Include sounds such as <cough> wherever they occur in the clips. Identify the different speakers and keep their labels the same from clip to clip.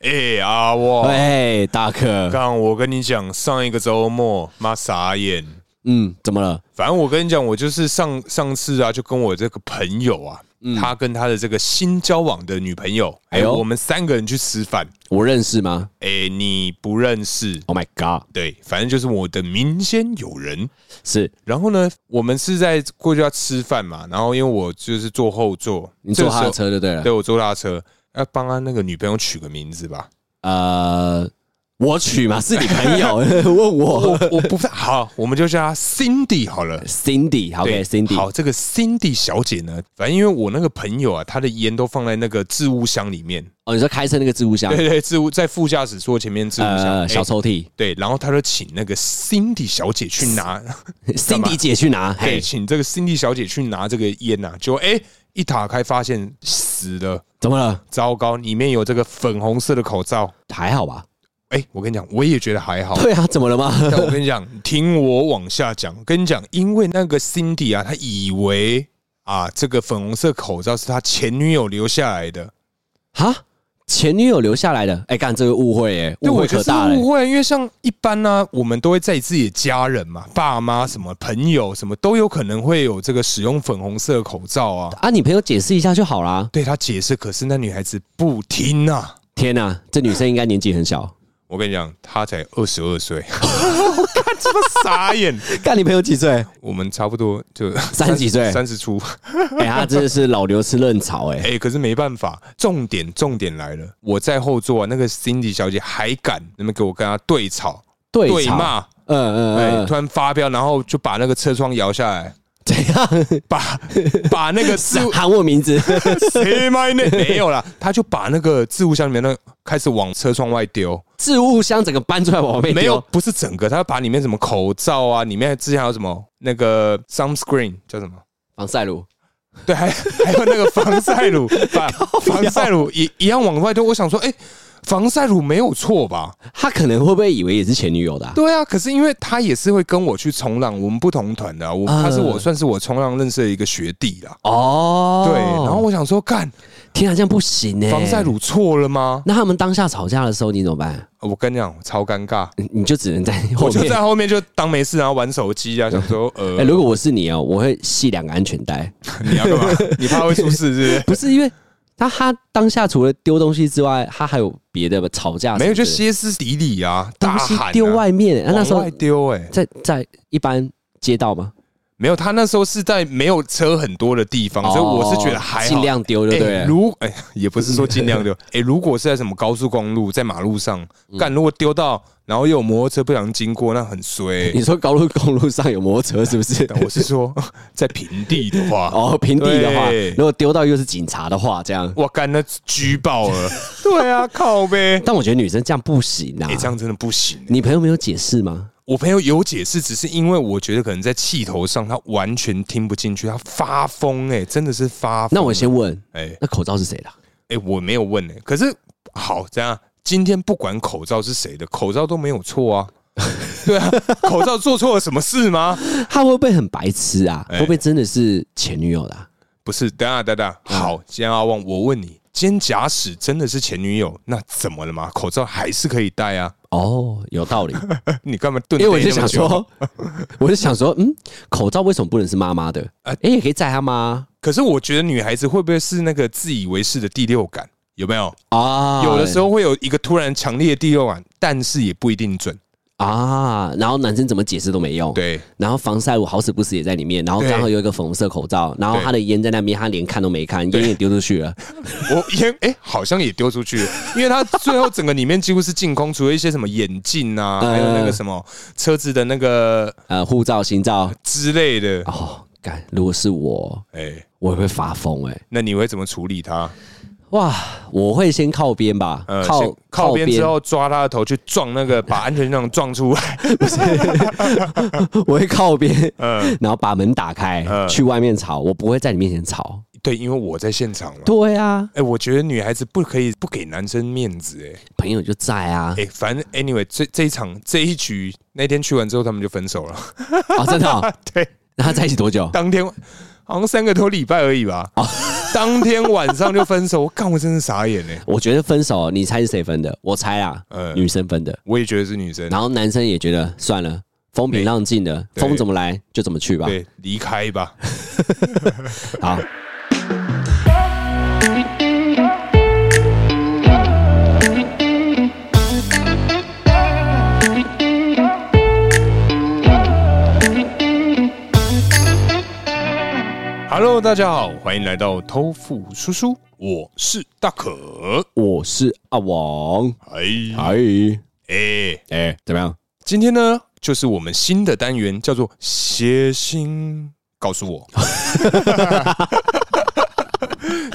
Speaker 1: 哎啊哇！
Speaker 2: 哎，大可，
Speaker 1: 刚我跟你讲，上一个周末妈傻眼。
Speaker 2: 嗯，怎么了？
Speaker 1: 反正我跟你讲，我就是上上次啊，就跟我这个朋友啊，他跟他的这个新交往的女朋友，哎、
Speaker 2: 嗯哎呦
Speaker 1: 我们三个人去吃饭。
Speaker 2: 我认识吗
Speaker 1: 哎、你不认识？
Speaker 2: ？Oh my god，
Speaker 1: 对，反正就是我的民间友人。
Speaker 2: 是
Speaker 1: 然后呢，我们是在过去要吃饭嘛，然后因为我就是坐后座，
Speaker 2: 你坐
Speaker 1: 这个时候，
Speaker 2: 他的车就对了
Speaker 1: 对。我坐他的车，要帮他那个女朋友取个名字吧。
Speaker 2: 呃，我娶嘛，是你
Speaker 1: <laughs>
Speaker 2: 朋友问我
Speaker 1: 我我不是好，我们就叫她 Cindy 好了。对
Speaker 2: Cindy，OK，Cindy，
Speaker 1: 好，这个 Cindy 小姐呢，反正因为我那个朋友啊，她的烟都放在那个置物箱里面， <laughs>
Speaker 2: 哦，你说开车那个置物箱
Speaker 1: 对，对对，置物在副驾驶座前面置物箱，
Speaker 2: 呃，
Speaker 1: 哎
Speaker 2: 小抽屉
Speaker 1: 对，然后她就请那个 Cindy 小姐去拿，
Speaker 2: ，Cindy 姐去拿，
Speaker 1: 对，
Speaker 2: 嘿，
Speaker 1: 请这个 Cindy 小姐去拿这个烟呐、啊，结果哎、一打开发现死了，
Speaker 2: 怎么了？
Speaker 1: 糟糕，里面有这个粉红色的口罩，
Speaker 2: 还好吧？
Speaker 1: 哎、我跟你讲，我也觉得还好，
Speaker 2: 对啊，怎么了吗？ <laughs>
Speaker 1: <laughs> 但我跟你讲，听我往下讲。跟你讲，因为那个 Cindy 啊，她以为啊，这个粉红色口罩是她前女友留下来的。
Speaker 2: 哈，前女友留下来的，哎，干这个误会，哎，
Speaker 1: 对，
Speaker 2: 误
Speaker 1: 我
Speaker 2: 会
Speaker 1: 觉
Speaker 2: 可
Speaker 1: 得是
Speaker 2: 大了，
Speaker 1: 误会，因为像一般呢、我们都会在意自己的家人嘛，爸妈、什么朋友、什么都有可能会有这个使用粉红色口罩啊。
Speaker 2: 啊，你朋友解释一下就好啦。
Speaker 1: 对她解释，可是那女孩子不听啊。
Speaker 2: 天哪、这女生应该年纪很小。
Speaker 1: 我跟你讲，她才二十二岁， <laughs> 我看这么傻眼。
Speaker 2: 干，你朋友几岁？
Speaker 1: 我们差不多就
Speaker 2: 三十几岁
Speaker 1: 三十出。
Speaker 2: 哎、她真的是老牛吃嫩草、哎、
Speaker 1: 哎、可是没办法，重点重点来了，我在后座、啊，那个 Cindy 小姐还敢那么给我跟她对吵、
Speaker 2: 对
Speaker 1: 对
Speaker 2: 吵，
Speaker 1: 骂，
Speaker 2: 嗯嗯
Speaker 1: 哎、
Speaker 2: 嗯
Speaker 1: 突然发飙，然后就把那个车窗摇下来，
Speaker 2: 嗯， <laughs>
Speaker 1: 把把那个置
Speaker 2: 怎
Speaker 1: 物
Speaker 2: <laughs> 样喊我名字？
Speaker 1: 谁买那没有啦，他就把那个置物箱里面那开始往车窗外丢，
Speaker 2: 置物箱整个搬出来往外面
Speaker 1: 没
Speaker 2: 丢
Speaker 1: 有，，不是整个，他把里面什么口罩啊，里面之前还有什么那个 sunscreen 叫什么？
Speaker 2: 防晒乳。
Speaker 1: 对，还 <laughs> 还有那个防晒
Speaker 2: <laughs>
Speaker 1: 乳，把防晒乳一一样往外丢。我想说，哎、防晒乳没有错吧？
Speaker 2: 她可能会不会以为也是前女友的啊、
Speaker 1: 对啊，可是因为他也是会跟我去冲浪，我们不同团的啊、我
Speaker 2: 嗯
Speaker 1: 他是我算是我冲浪认识的一个学弟啦。
Speaker 2: 哦，
Speaker 1: 对，然后我想说，干
Speaker 2: 天啊，这样不行哎、
Speaker 1: 防晒。乳错了吗？
Speaker 2: 那他们当下吵架的时候，你怎么办？
Speaker 1: 我跟你讲，我超尴尬，
Speaker 2: 你你就只能在后
Speaker 1: 我就
Speaker 2: 面。
Speaker 1: 在后面就当没事，然后玩手机啊，想说，
Speaker 2: <laughs> 哎、
Speaker 1: 呃，
Speaker 2: 如果我是你哦、我会系两个安全带。
Speaker 1: 你要干嘛？你怕会出事是不
Speaker 2: <laughs>
Speaker 1: 是？
Speaker 2: 不是因为他他当下除了丢东西之外，他还有别的吧吵架什么之类的？
Speaker 1: 没有，就歇斯底里啊，大
Speaker 2: 东西
Speaker 1: 喊啊
Speaker 2: 丢外面、啊。那时
Speaker 1: 往
Speaker 2: 候
Speaker 1: 外丢，哎，
Speaker 2: 在在一般街道吗？
Speaker 1: 没有，他那时候是在没有车很多的地方，所以我是觉得还好。
Speaker 2: 哦尽量丢，对不对
Speaker 1: 哎？如哎、也不是说尽
Speaker 2: <laughs>
Speaker 1: 量丢，哎、如果是在什么高速公路，在马路上
Speaker 2: 嗯
Speaker 1: 干，如果丢到，然后又有摩托车不小心经过，那很衰、
Speaker 2: <laughs> 你说高速公路上有摩托车是不
Speaker 1: <laughs>
Speaker 2: 是？
Speaker 1: 但我是说，在平地的话，
Speaker 2: 哦，平地的话
Speaker 1: 对，
Speaker 2: 如果丢到又是警察的话，这样。
Speaker 1: 哇，干那狙爆
Speaker 2: <laughs>
Speaker 1: 了。对啊，靠呗。
Speaker 2: 但我觉得女生这样不行啊
Speaker 1: 哎、。这样嗯真的不行、
Speaker 2: 你朋友没有解释吗？
Speaker 1: 我朋友有解释，只是因为我觉得可能在气头上，他完全听不进去，他发疯哎、真的是发疯。
Speaker 2: 那我先问，
Speaker 1: 哎、
Speaker 2: 那口罩是谁的？
Speaker 1: 哎、我没有问呢、可是好，这样今天不管口罩是谁的，口罩都没有错啊。 <laughs> 对啊，口罩做错了什么事吗？
Speaker 2: 他会不会很白痴啊？
Speaker 1: 嗯哎
Speaker 2: 会不会真的是前女友的啊？
Speaker 1: 不是，等下等下，
Speaker 2: 嗯
Speaker 1: 好，今天阿旺，我问你，今天假使真的是前女友，那怎么了嘛？口罩还是可以戴啊， <laughs>
Speaker 2: 哦，有道理。
Speaker 1: 你干嘛顿？
Speaker 2: <laughs> 因为我就
Speaker 1: <laughs>
Speaker 2: 想，说，我就想说，嗯，口罩为什么不能是妈妈的？
Speaker 1: 呃
Speaker 2: 哎、也可以载他妈
Speaker 1: 可是我觉得女孩子会不会是那个自以为是的第六感？有没有？
Speaker 2: 啊。
Speaker 1: 有的时候会有一个突然强烈的第六感，但是也不一定准。
Speaker 2: 啊，然后男生怎么解释都没用。。
Speaker 1: 对，
Speaker 2: 然后防晒乳好死不死也在里面，然后
Speaker 1: 对
Speaker 2: 刚好有一个粉红色口罩，然后他的烟在那边，他连看都没看，烟也丢出去了。
Speaker 1: 我烟哎、好像也丢出去了，因为它最后整个里面几乎是净空，除了一些什么眼镜啊，
Speaker 2: 嗯
Speaker 1: 还有那个什么车子的那个
Speaker 2: 呃，护照、心照，
Speaker 1: 之类的。
Speaker 2: 哦，干，如果是我，
Speaker 1: 哎、
Speaker 2: 我也会发疯哎、
Speaker 1: 那你会怎么处理它？
Speaker 2: 哇，我会先靠边吧，
Speaker 1: 呃，先
Speaker 2: 靠
Speaker 1: 靠边之，后抓它的头去撞那个，把安全杖撞出来。
Speaker 2: <laughs> 我会靠边，
Speaker 1: <laughs> 嗯，
Speaker 2: 然后把门打开，
Speaker 1: 嗯
Speaker 2: 去外面吵，我不会在你面前吵。
Speaker 1: 对，因为我在现场嘛。
Speaker 2: 对啊，
Speaker 1: 哎、我觉得女孩子不可以不给男生面子、哎
Speaker 2: 朋友就在
Speaker 1: <laughs>
Speaker 2: 啊
Speaker 1: 哎、，反正 anyway，这这一场这一局那天去完之后，他们就分手了。
Speaker 2: 哦，真的、哦，
Speaker 1: <laughs> 对，
Speaker 2: 那他在一起多久？哦
Speaker 1: 当天好像三个多礼拜而已吧。当天晚上就分手，我 <laughs> 干，我真是傻眼呢、欸
Speaker 2: 我觉得分手，你猜是谁分的？我猜啊，
Speaker 1: 呃
Speaker 2: 女生分的。
Speaker 1: 我也觉得是女生，
Speaker 2: 然后男生也觉得算了，风平浪静的，
Speaker 1: 对
Speaker 2: 风怎么来就怎么去吧。
Speaker 1: 对，离开吧。
Speaker 2: 好，
Speaker 1: Hello，大家好，欢迎来到偷富叔叔，我是大可。
Speaker 2: 我是阿王。
Speaker 1: 哎
Speaker 2: 哎
Speaker 1: 哎，
Speaker 2: 哎，怎么样？
Speaker 1: 今天呢，就是我们新的单元，叫做写信告诉
Speaker 2: <laughs>
Speaker 1: 我。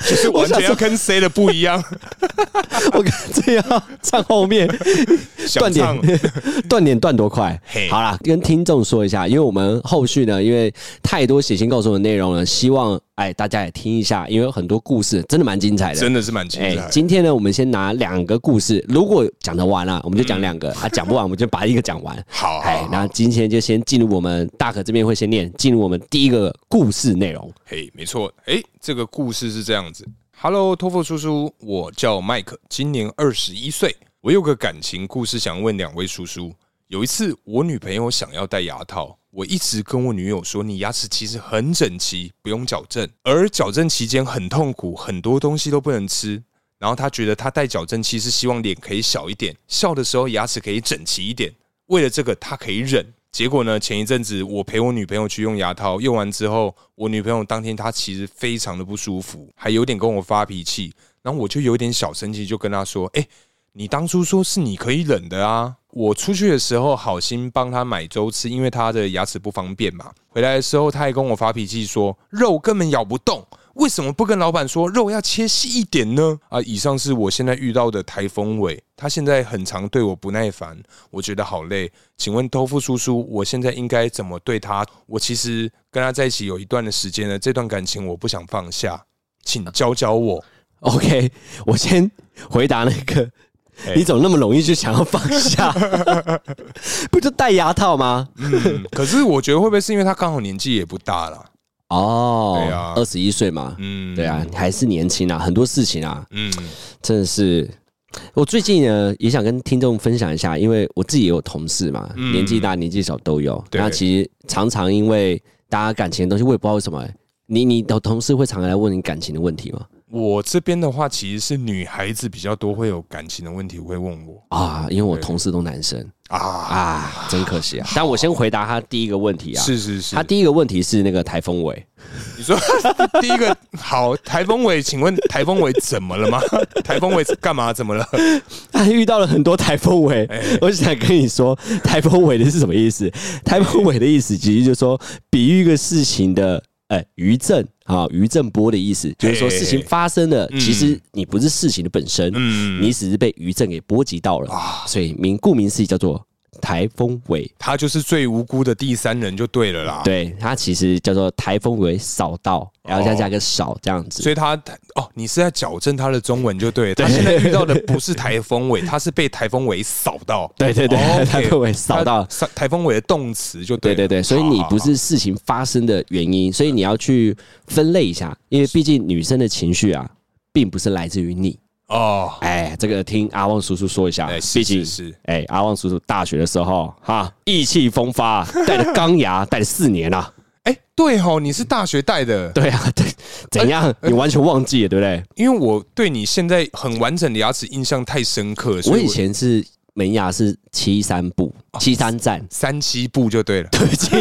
Speaker 1: 就是完全要跟 C 的不一样，
Speaker 2: <laughs> 我刚这样唱后 <laughs> 面
Speaker 1: 想唱
Speaker 2: <laughs> 断点 <laughs> 断点断多快
Speaker 1: 嘿？
Speaker 2: 好啦，跟听众说一下，因为我们后续呢，因为太多写信告诉我的内容了，希望哎大家也听一下，因为有很多故事真的蛮精彩的。
Speaker 1: 真的是蛮精彩
Speaker 2: 哎、
Speaker 1: 的。
Speaker 2: 今天呢，我们先拿两个故事，如果讲得完了、我们就讲两个、啊；讲不完，我们就把一个讲完。
Speaker 1: 好
Speaker 2: 哎
Speaker 1: 好，，好
Speaker 2: 那今天就先进入我们大可这边会先念，进入我们第一个故事内容。
Speaker 1: 嘿，没错，哎，这个故事是这样子。Hello，托付叔叔，我叫麦克，今年二十一岁。我有个感情故事想问两位叔叔。有一次，我女朋友想要戴牙套，我一直跟我女友说，你牙齿其实很整齐，不用矫正。而矫正期间很痛苦，很多东西都不能吃。然后她觉得她戴矫正器是希望脸可以小一点，笑的时候牙齿可以整齐一点。为了这个，她可以忍。结果呢，前一阵子我陪我女朋友去用牙套，用完之后，我女朋友当天她其实非常的不舒服，还有点跟我发脾气，然后我就有点小生气，就跟她说：“哎、你当初说是你可以忍的啊！我出去的时候好心帮她买粥吃，因为她的牙齿不方便嘛。回来的时候，她还跟我发脾气说肉根本咬不动，为什么不跟老板说肉要切细一点呢？啊，以上是我现在遇到的台风尾，他现在很常对我不耐烦，我觉得好累。请问豆腐叔叔，我现在应该怎么对他？我其实跟他在一起有一段的时间了，这段感情我不想放
Speaker 2: <laughs>
Speaker 1: 下，请教教我。
Speaker 2: OK，我先回答那个，
Speaker 1: 哎
Speaker 2: 你怎么那么容易就想要放
Speaker 1: <laughs>
Speaker 2: 下？不就戴牙套吗？ <laughs>
Speaker 1: 嗯，可是我觉得会不会是因为他刚好年纪也不大了？对
Speaker 2: 哦
Speaker 1: 啊，
Speaker 2: 二十一岁嘛，
Speaker 1: 嗯，
Speaker 2: 对啊，还是年轻啊，很多事情啊，
Speaker 1: 嗯，
Speaker 2: 真的是。我最近呢，也想跟听众分享一下，因为我自己也有同事嘛，
Speaker 1: 嗯
Speaker 2: 年纪大、年纪小都有。
Speaker 1: 对
Speaker 2: 那其实常常因为大家感情的东西，我也不知道为什么、欸你你的同事会常常来问你感情的问题吗？
Speaker 1: 我这边的话其实是女孩子比较多会有感情的问题会问我
Speaker 2: 啊，因为我
Speaker 1: 对
Speaker 2: 同事都男生
Speaker 1: 啊，
Speaker 2: 啊，真可惜啊。但我先回答他第一个问题啊，
Speaker 1: 是是是
Speaker 2: 他，第一个问题是那个台风尾，
Speaker 1: 你
Speaker 2: <laughs>
Speaker 1: 说第一个好，台风尾，请问台风尾怎么了吗？台风尾干嘛？怎么了？
Speaker 2: <laughs> 他哎遇到了很多台风尾。
Speaker 1: 哎
Speaker 2: 我想跟你说，台风尾的是什么意思？
Speaker 1: <laughs>
Speaker 2: 台风尾的意思其实就是说比喻一个事情的。呃，余震啊，余震波的意思就是说
Speaker 1: 嘿嘿嘿
Speaker 2: 事情发生了，
Speaker 1: 哎嗯
Speaker 2: 其实你不是事情的本身，
Speaker 1: 嗯，
Speaker 2: 你只是被余震给波及到了，
Speaker 1: 啊，
Speaker 2: 所以名顾名思义叫做台风尾。
Speaker 1: 他就是最无辜的第三人就对了啦。，
Speaker 2: 对，它其实叫做台风尾扫到，然后再加个扫这样子。
Speaker 1: 所以他哦，你是在矫正他的中文就对了。他现在遇到的不是台风
Speaker 2: <laughs>
Speaker 1: 尾，他是被台风尾扫到。
Speaker 2: 对对对， <laughs>
Speaker 1: 哦，OK
Speaker 2: 台风尾扫到
Speaker 1: 他，扫台风尾的动词就对
Speaker 2: 对
Speaker 1: 了。
Speaker 2: 对对，所以你不是事情发生的原因，所以你要去分类一下，因为毕竟女生的情绪啊，并不是来自于你。
Speaker 1: 好好好哦，
Speaker 2: 哎，这个听阿旺叔叔说一下
Speaker 1: 哎，是
Speaker 2: 啊毕竟
Speaker 1: 是是
Speaker 2: 哎，阿旺叔叔大学的时候哈，意气风发， <laughs> 带着钢牙，带了四年啊。
Speaker 1: 哎，对哦，你是大学带的，
Speaker 2: 对啊，对，
Speaker 1: <laughs>
Speaker 2: 怎样？你完全忘记了，对不对？
Speaker 1: 因为我对你现在很完整的牙齿印象太深刻了，所
Speaker 2: 我
Speaker 1: 以
Speaker 2: 以前是门牙是七三步，七三站，
Speaker 1: 三七步就对了，
Speaker 2: 对不起。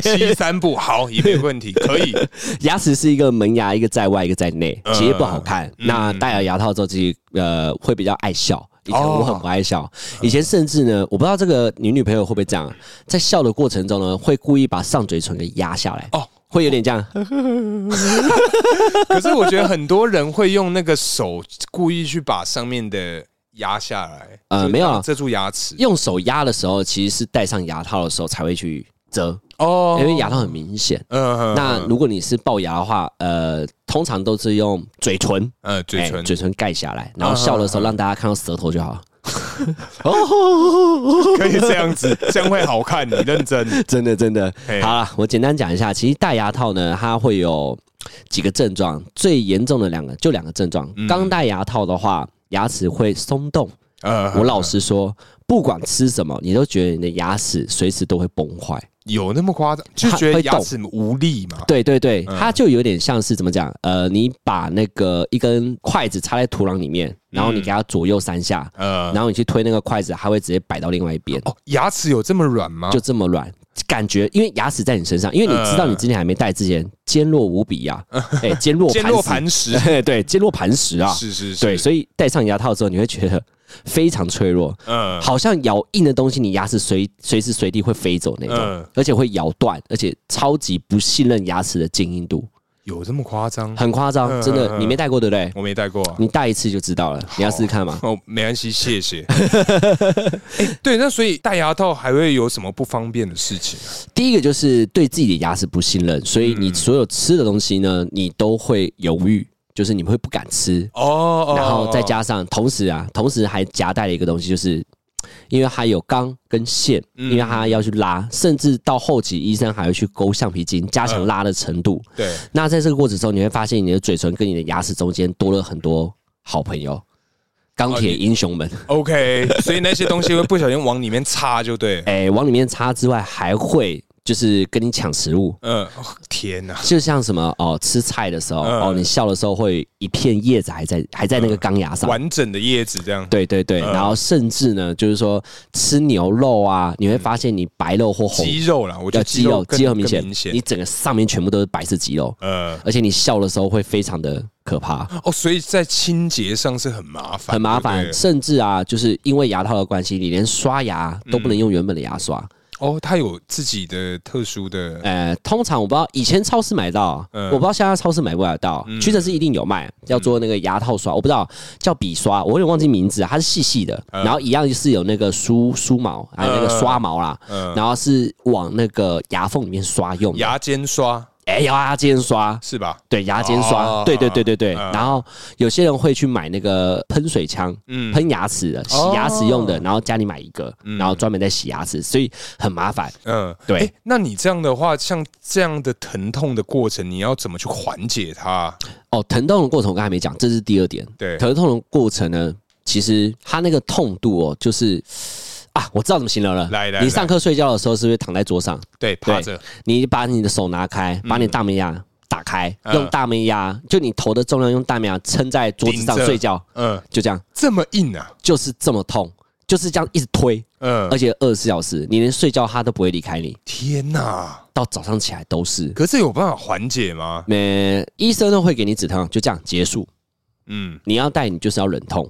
Speaker 1: 七三步好也没有问
Speaker 2: <laughs>
Speaker 1: 题，可以。
Speaker 2: 牙齿是一个门牙，一个在外，一个在内，
Speaker 1: 嗯
Speaker 2: 其实不好看。那戴了牙套之后，自己呃会比较爱笑。以前
Speaker 1: 哦嗯
Speaker 2: 我很不爱笑，以前甚至呢，我不知道这个你女朋友会不会这样，在笑的过程中呢，会故意把上嘴唇给压下来，
Speaker 1: 哦
Speaker 2: 会有点这样。
Speaker 1: 可是我觉得很多人会用那个手故意去把上面的压下来， <laughs>
Speaker 2: 呃
Speaker 1: 就是
Speaker 2: 没有啊
Speaker 1: 遮住牙齿
Speaker 2: 用手压的时候，其实是戴上牙套的时候才会去遮，
Speaker 1: 哦
Speaker 2: 因为牙套很明显。
Speaker 1: 嗯
Speaker 2: 那如果你是龅牙的话，呃，通常都是用嘴唇，
Speaker 1: 呃嘴
Speaker 2: 哎
Speaker 1: 唇嗯
Speaker 2: 嘴唇盖下来，然后笑的时候让大家看到舌头
Speaker 1: <laughs>
Speaker 2: 就好。 <laughs> 哦，
Speaker 1: 可以这样子， <laughs> 这样会好
Speaker 2: <laughs>
Speaker 1: 看，你认真
Speaker 2: 真的真的
Speaker 1: 嘿。
Speaker 2: 好了，我简单讲一下，其实戴牙套呢，它会有几个症状，最严重的两个就两个症状。刚戴牙套的话，牙齿会松动。
Speaker 1: 呃
Speaker 2: 我老实说，不管吃什么，你都觉得你的牙齿随时都会崩坏。
Speaker 1: 有那么夸张，就觉得
Speaker 2: 会
Speaker 1: 牙
Speaker 2: 动
Speaker 1: 齿无力嘛？
Speaker 2: 对对对，它就有点像是怎么讲？呃，你把那个一根筷子插在土壤里面，然后你给它左右三下，
Speaker 1: 呃，
Speaker 2: 然后你去推那个筷子，它会直接摆到另外一边，
Speaker 1: 哦，牙齿有这么软吗？
Speaker 2: 就这么软。感觉因为牙齿在你身上，因为你知道你之前还没戴之前，坚若无比呀、哎，坚若
Speaker 1: 呃 <laughs> 坚若
Speaker 2: 磐
Speaker 1: 磐
Speaker 2: 石，
Speaker 1: 石，
Speaker 2: 对，坚若磐石 <laughs> 啊，
Speaker 1: 是是是，
Speaker 2: 对，所以戴上牙套之后，你会觉得非常脆弱，
Speaker 1: 嗯
Speaker 2: 好像咬硬的东西，你牙齿随随时随地会飞走那种，
Speaker 1: 嗯，
Speaker 2: 而且会咬断，而且超级不信任牙齿的坚硬度，
Speaker 1: 有这么夸张？
Speaker 2: 很夸张，
Speaker 1: 嗯
Speaker 2: 真
Speaker 1: 嗯
Speaker 2: 的，
Speaker 1: 嗯
Speaker 2: 你没戴过对不对？
Speaker 1: 我没戴过啊。
Speaker 2: 你戴一次就知道了，你要试试看嘛。
Speaker 1: 哦，没关系，谢
Speaker 2: <laughs>
Speaker 1: 谢。哎对，那所以戴牙套还会有什么不方便的事情啊？
Speaker 2: 第一个就是对自己的牙齿不信任，所以你所有吃的东西呢，你都会犹豫，就是你会不敢吃，
Speaker 1: 哦，哦
Speaker 2: 然后再，加上同时啊，同时还夹带了一个东西，就是因为它有钢跟线，因为它要去拉，甚至到后期医生还会去勾橡皮筋加强拉的程度。
Speaker 1: 哦对，
Speaker 2: 那在这个过程中，你会发现你的嘴唇跟你的牙齿中间多了很多好朋友，钢铁英雄们。
Speaker 1: OK，所 <laughs> 以那些东西会不小心往里面插，就对。
Speaker 2: 哎、往里面插之外，还会就是跟你抢食物。
Speaker 1: 嗯，哦天哪！
Speaker 2: 就像什么哦，吃菜的时候、
Speaker 1: 嗯
Speaker 2: 哦，你笑的时候会一片叶子还在还在那个钢牙上，
Speaker 1: 完嗯整的叶子这样。
Speaker 2: 对对对，然后甚至呢，就是说吃牛肉啊，你会发现你白肉或红
Speaker 1: 肌肉啦，我觉
Speaker 2: 要
Speaker 1: 得
Speaker 2: 肌肉
Speaker 1: 更
Speaker 2: 肌肉明
Speaker 1: 更
Speaker 2: 显，
Speaker 1: 明显
Speaker 2: 你。整个上面全部都是白色肌肉，
Speaker 1: 呃，
Speaker 2: 而且你笑的时候会非常的可怕，
Speaker 1: 哦，所以在清洁上是很麻烦，
Speaker 2: 很麻
Speaker 1: 对
Speaker 2: 烦，
Speaker 1: 不对
Speaker 2: 甚至啊，就是因为牙套的关系，你连刷牙都不能
Speaker 1: 嗯
Speaker 2: 用原本的牙刷。
Speaker 1: 哦，它有自己的特殊的，
Speaker 2: 呃，通常我不知道以前超市买到，
Speaker 1: 嗯
Speaker 2: 我不知道现在超市买不买得到，屈臣氏一定有卖，叫做那个牙套刷，我不知道叫笔刷，我有点忘记名字，啊它是细细的，然后一样就是有那个梳梳毛，还有那个刷毛啦，
Speaker 1: 嗯嗯，
Speaker 2: 然后是往那个牙缝里面刷用的，
Speaker 1: 牙尖刷
Speaker 2: 哎，牙尖刷，
Speaker 1: 是吧？
Speaker 2: 对，牙尖刷
Speaker 1: 哦，
Speaker 2: 对对对对对。
Speaker 1: 嗯
Speaker 2: 然后有些人会去买那个喷水枪，
Speaker 1: 嗯，
Speaker 2: 喷牙齿的，洗
Speaker 1: 哦
Speaker 2: 牙齿用的，然后家里买一个，然后专门在洗牙齿，所以很麻烦。
Speaker 1: 嗯，
Speaker 2: 对
Speaker 1: 诶那你这样的话，像这样的疼痛的过程，你要怎么去缓解它？
Speaker 2: 哦，疼痛的过程我刚才没讲，这是第二点。
Speaker 1: 对，
Speaker 2: 疼痛的过程呢，其实它那个痛度哦，就是啊，我知道怎么形容了。
Speaker 1: 来来
Speaker 2: 你上课睡觉的时候是不是躺在桌上？
Speaker 1: 对，趴着，
Speaker 2: 你把你的手拿开，把你大门牙打开，
Speaker 1: 嗯
Speaker 2: 用大门牙就你头的重量用大门牙撑在桌子
Speaker 1: 顶
Speaker 2: 上
Speaker 1: 着
Speaker 2: 睡觉，
Speaker 1: 嗯，
Speaker 2: 就这样，
Speaker 1: 这么硬啊，
Speaker 2: 就是这么痛，就是这样一直推，
Speaker 1: 嗯
Speaker 2: 而，且二十四小时，你连睡觉它都不会离开你，
Speaker 1: 天哪！
Speaker 2: 到早上起来都是。
Speaker 1: 可是有办法缓解吗？
Speaker 2: 呃，医生都会给你止痛药，就这样结束。
Speaker 1: 嗯，
Speaker 2: 你要带，你就是要忍痛，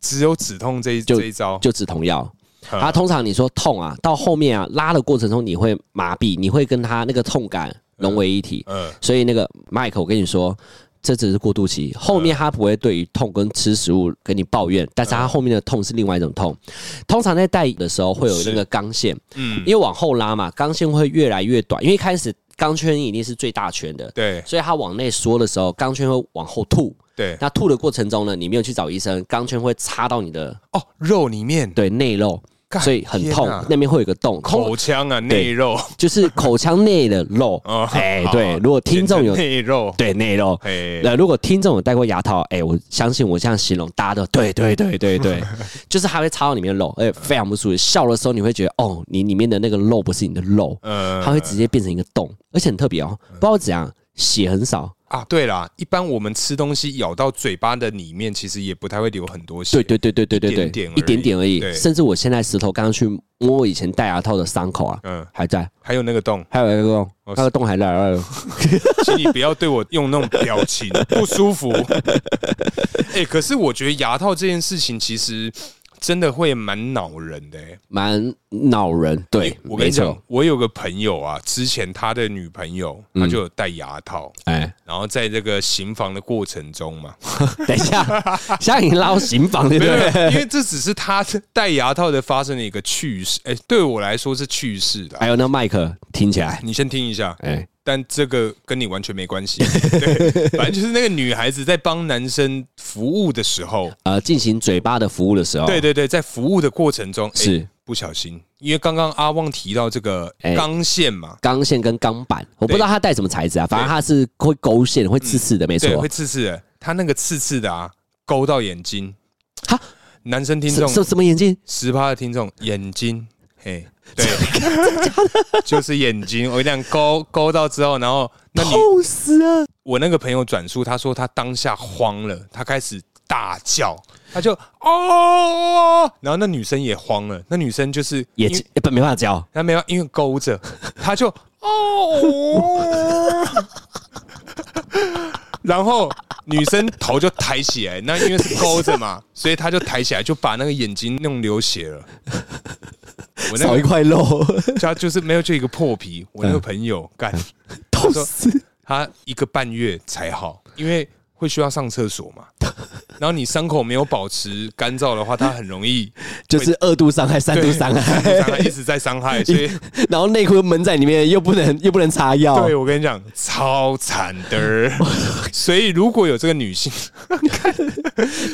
Speaker 1: 只有止痛这一
Speaker 2: 就
Speaker 1: 这一招，
Speaker 2: 就止痛药。
Speaker 1: 嗯
Speaker 2: 啊，通常你说痛啊，到后面啊拉的过程中，你会麻痹，你会跟它那个痛感融为一体。
Speaker 1: 嗯，
Speaker 2: 所以那个 Mike，我跟你说，这只是过渡期，后面他不会对于痛跟吃食物跟你抱怨，但是他后面的痛是另外一种痛。通常在戴的时候会有那个钢线，
Speaker 1: 嗯
Speaker 2: 嗯，因为往后拉嘛，钢线会越来越短，因为一开始钢圈一定是最大圈的。
Speaker 1: 对
Speaker 2: 所以它往内缩的时候，钢圈会往后吐。
Speaker 1: 对，
Speaker 2: 那吐的过程中呢，你没有去找医生，钢圈会插到你的
Speaker 1: 哦，肉里面，
Speaker 2: 对内肉，
Speaker 1: 干
Speaker 2: 所以很痛
Speaker 1: 天哪，
Speaker 2: 那边会有个洞，空
Speaker 1: 口腔啊，内肉，
Speaker 2: 就是口腔内的
Speaker 1: <laughs>
Speaker 2: 肉。
Speaker 1: 哦
Speaker 2: 哎
Speaker 1: 好，
Speaker 2: 对，如果听众有
Speaker 1: 简称内肉，
Speaker 2: 对内肉，
Speaker 1: 哎，
Speaker 2: 那如果听众有戴过牙套，哎，我相信我这样形容，大家都对对对对
Speaker 1: <laughs>
Speaker 2: 对，就是它会插到里面的肉，而且非常不舒服。笑的时候你会觉得，哦，你里面的那个肉不是你的肉，
Speaker 1: 呃
Speaker 2: 它会直接变成一个洞，而且很特别哦，
Speaker 1: 嗯
Speaker 2: 不知道怎样，血很少，
Speaker 1: 啊，对啦，一般我们吃东西咬到嘴巴的里面，其实也不太会流很多血。
Speaker 2: 对对对对对对对，
Speaker 1: 一点点而已
Speaker 2: 一点点而已。
Speaker 1: 对
Speaker 2: 甚至我现在石头刚刚去摸我以前戴牙套的伤口啊，
Speaker 1: 嗯，
Speaker 2: 还在，
Speaker 1: 还有那个洞， <laughs>
Speaker 2: 还有一个洞，
Speaker 1: 哦
Speaker 2: 那个洞还在。还有
Speaker 1: 请你不要对我用那种表情，不舒
Speaker 2: <laughs>
Speaker 1: 服。哎、可是我觉得牙套这件事情其实真的会蛮恼人的、欸。
Speaker 2: 蛮恼人，对，
Speaker 1: 我跟你
Speaker 2: 没错
Speaker 1: 讲，，我有个朋友啊，之前他的女朋友，
Speaker 2: 嗯
Speaker 1: 她就有戴牙套，
Speaker 2: 哎， <laughs>
Speaker 1: 然后在这个行房的过程中嘛，
Speaker 2: 等一下，像你捞刑房对不
Speaker 1: 没有，没有
Speaker 2: 对？
Speaker 1: 因为这只是他戴牙套的发生的一个趣事。哎、对我来说是趣事的
Speaker 2: 还。有那麦克听起来，
Speaker 1: 你先听一下，
Speaker 2: 哎，
Speaker 1: 但这个跟你完全没关系。
Speaker 2: <laughs>
Speaker 1: 对，反正就是那个女孩子在帮男生服务的时候，
Speaker 2: 呃，进行嘴巴的服务的时候，
Speaker 1: 对对对，在服务的过程中，诶哎
Speaker 2: 是
Speaker 1: 不小心，因为刚刚阿旺提到这个
Speaker 2: 哎
Speaker 1: 钢线嘛，
Speaker 2: 钢线跟钢板，我不知道它带什么材质啊，反正它是会勾线，会刺刺的，没
Speaker 1: 嗯对，
Speaker 2: 错
Speaker 1: 会。刺刺的，他那个刺刺的啊，勾到眼睛。
Speaker 2: 哈，
Speaker 1: 男生听
Speaker 2: 什
Speaker 1: 众
Speaker 2: 什什么眼镜？
Speaker 1: 十趴的听众眼睛，嘿，对，就是眼睛，我跟你讲，勾勾到之后，然后那你
Speaker 2: 痛死了！
Speaker 1: 我那个朋友转述，他说他当下慌了，他开始大叫，他就哦，然后那女生也慌了，那女生就是
Speaker 2: 也呃
Speaker 1: 因为
Speaker 2: 不没办法教，
Speaker 1: 她没有因为勾着， <laughs> 她就哦， <laughs> 然后女生头就抬起来，那因为是勾着嘛， <laughs> 所以她就抬起来，就把那个眼睛弄流血了。我那
Speaker 2: 少一嗯
Speaker 1: 个 <laughs>
Speaker 2: 块肉，
Speaker 1: 他就是没有就一个破皮，我那个朋友干。
Speaker 2: 嗯痛 <laughs> 死！
Speaker 1: 他一个半月才好，因为会需要上厕所
Speaker 2: <laughs>
Speaker 1: 嘛。然后你伤口没有保持干燥的话，它很容易
Speaker 2: 就是二度伤害、三度
Speaker 1: 对
Speaker 2: 伤
Speaker 1: 三
Speaker 2: 害，
Speaker 1: 度伤害一直在伤害，所以
Speaker 2: <laughs> 然后内裤闷在里面，又不能又不能擦药
Speaker 1: 对，我跟你讲超惨
Speaker 2: <laughs>
Speaker 1: 的。所以如果有这个女性，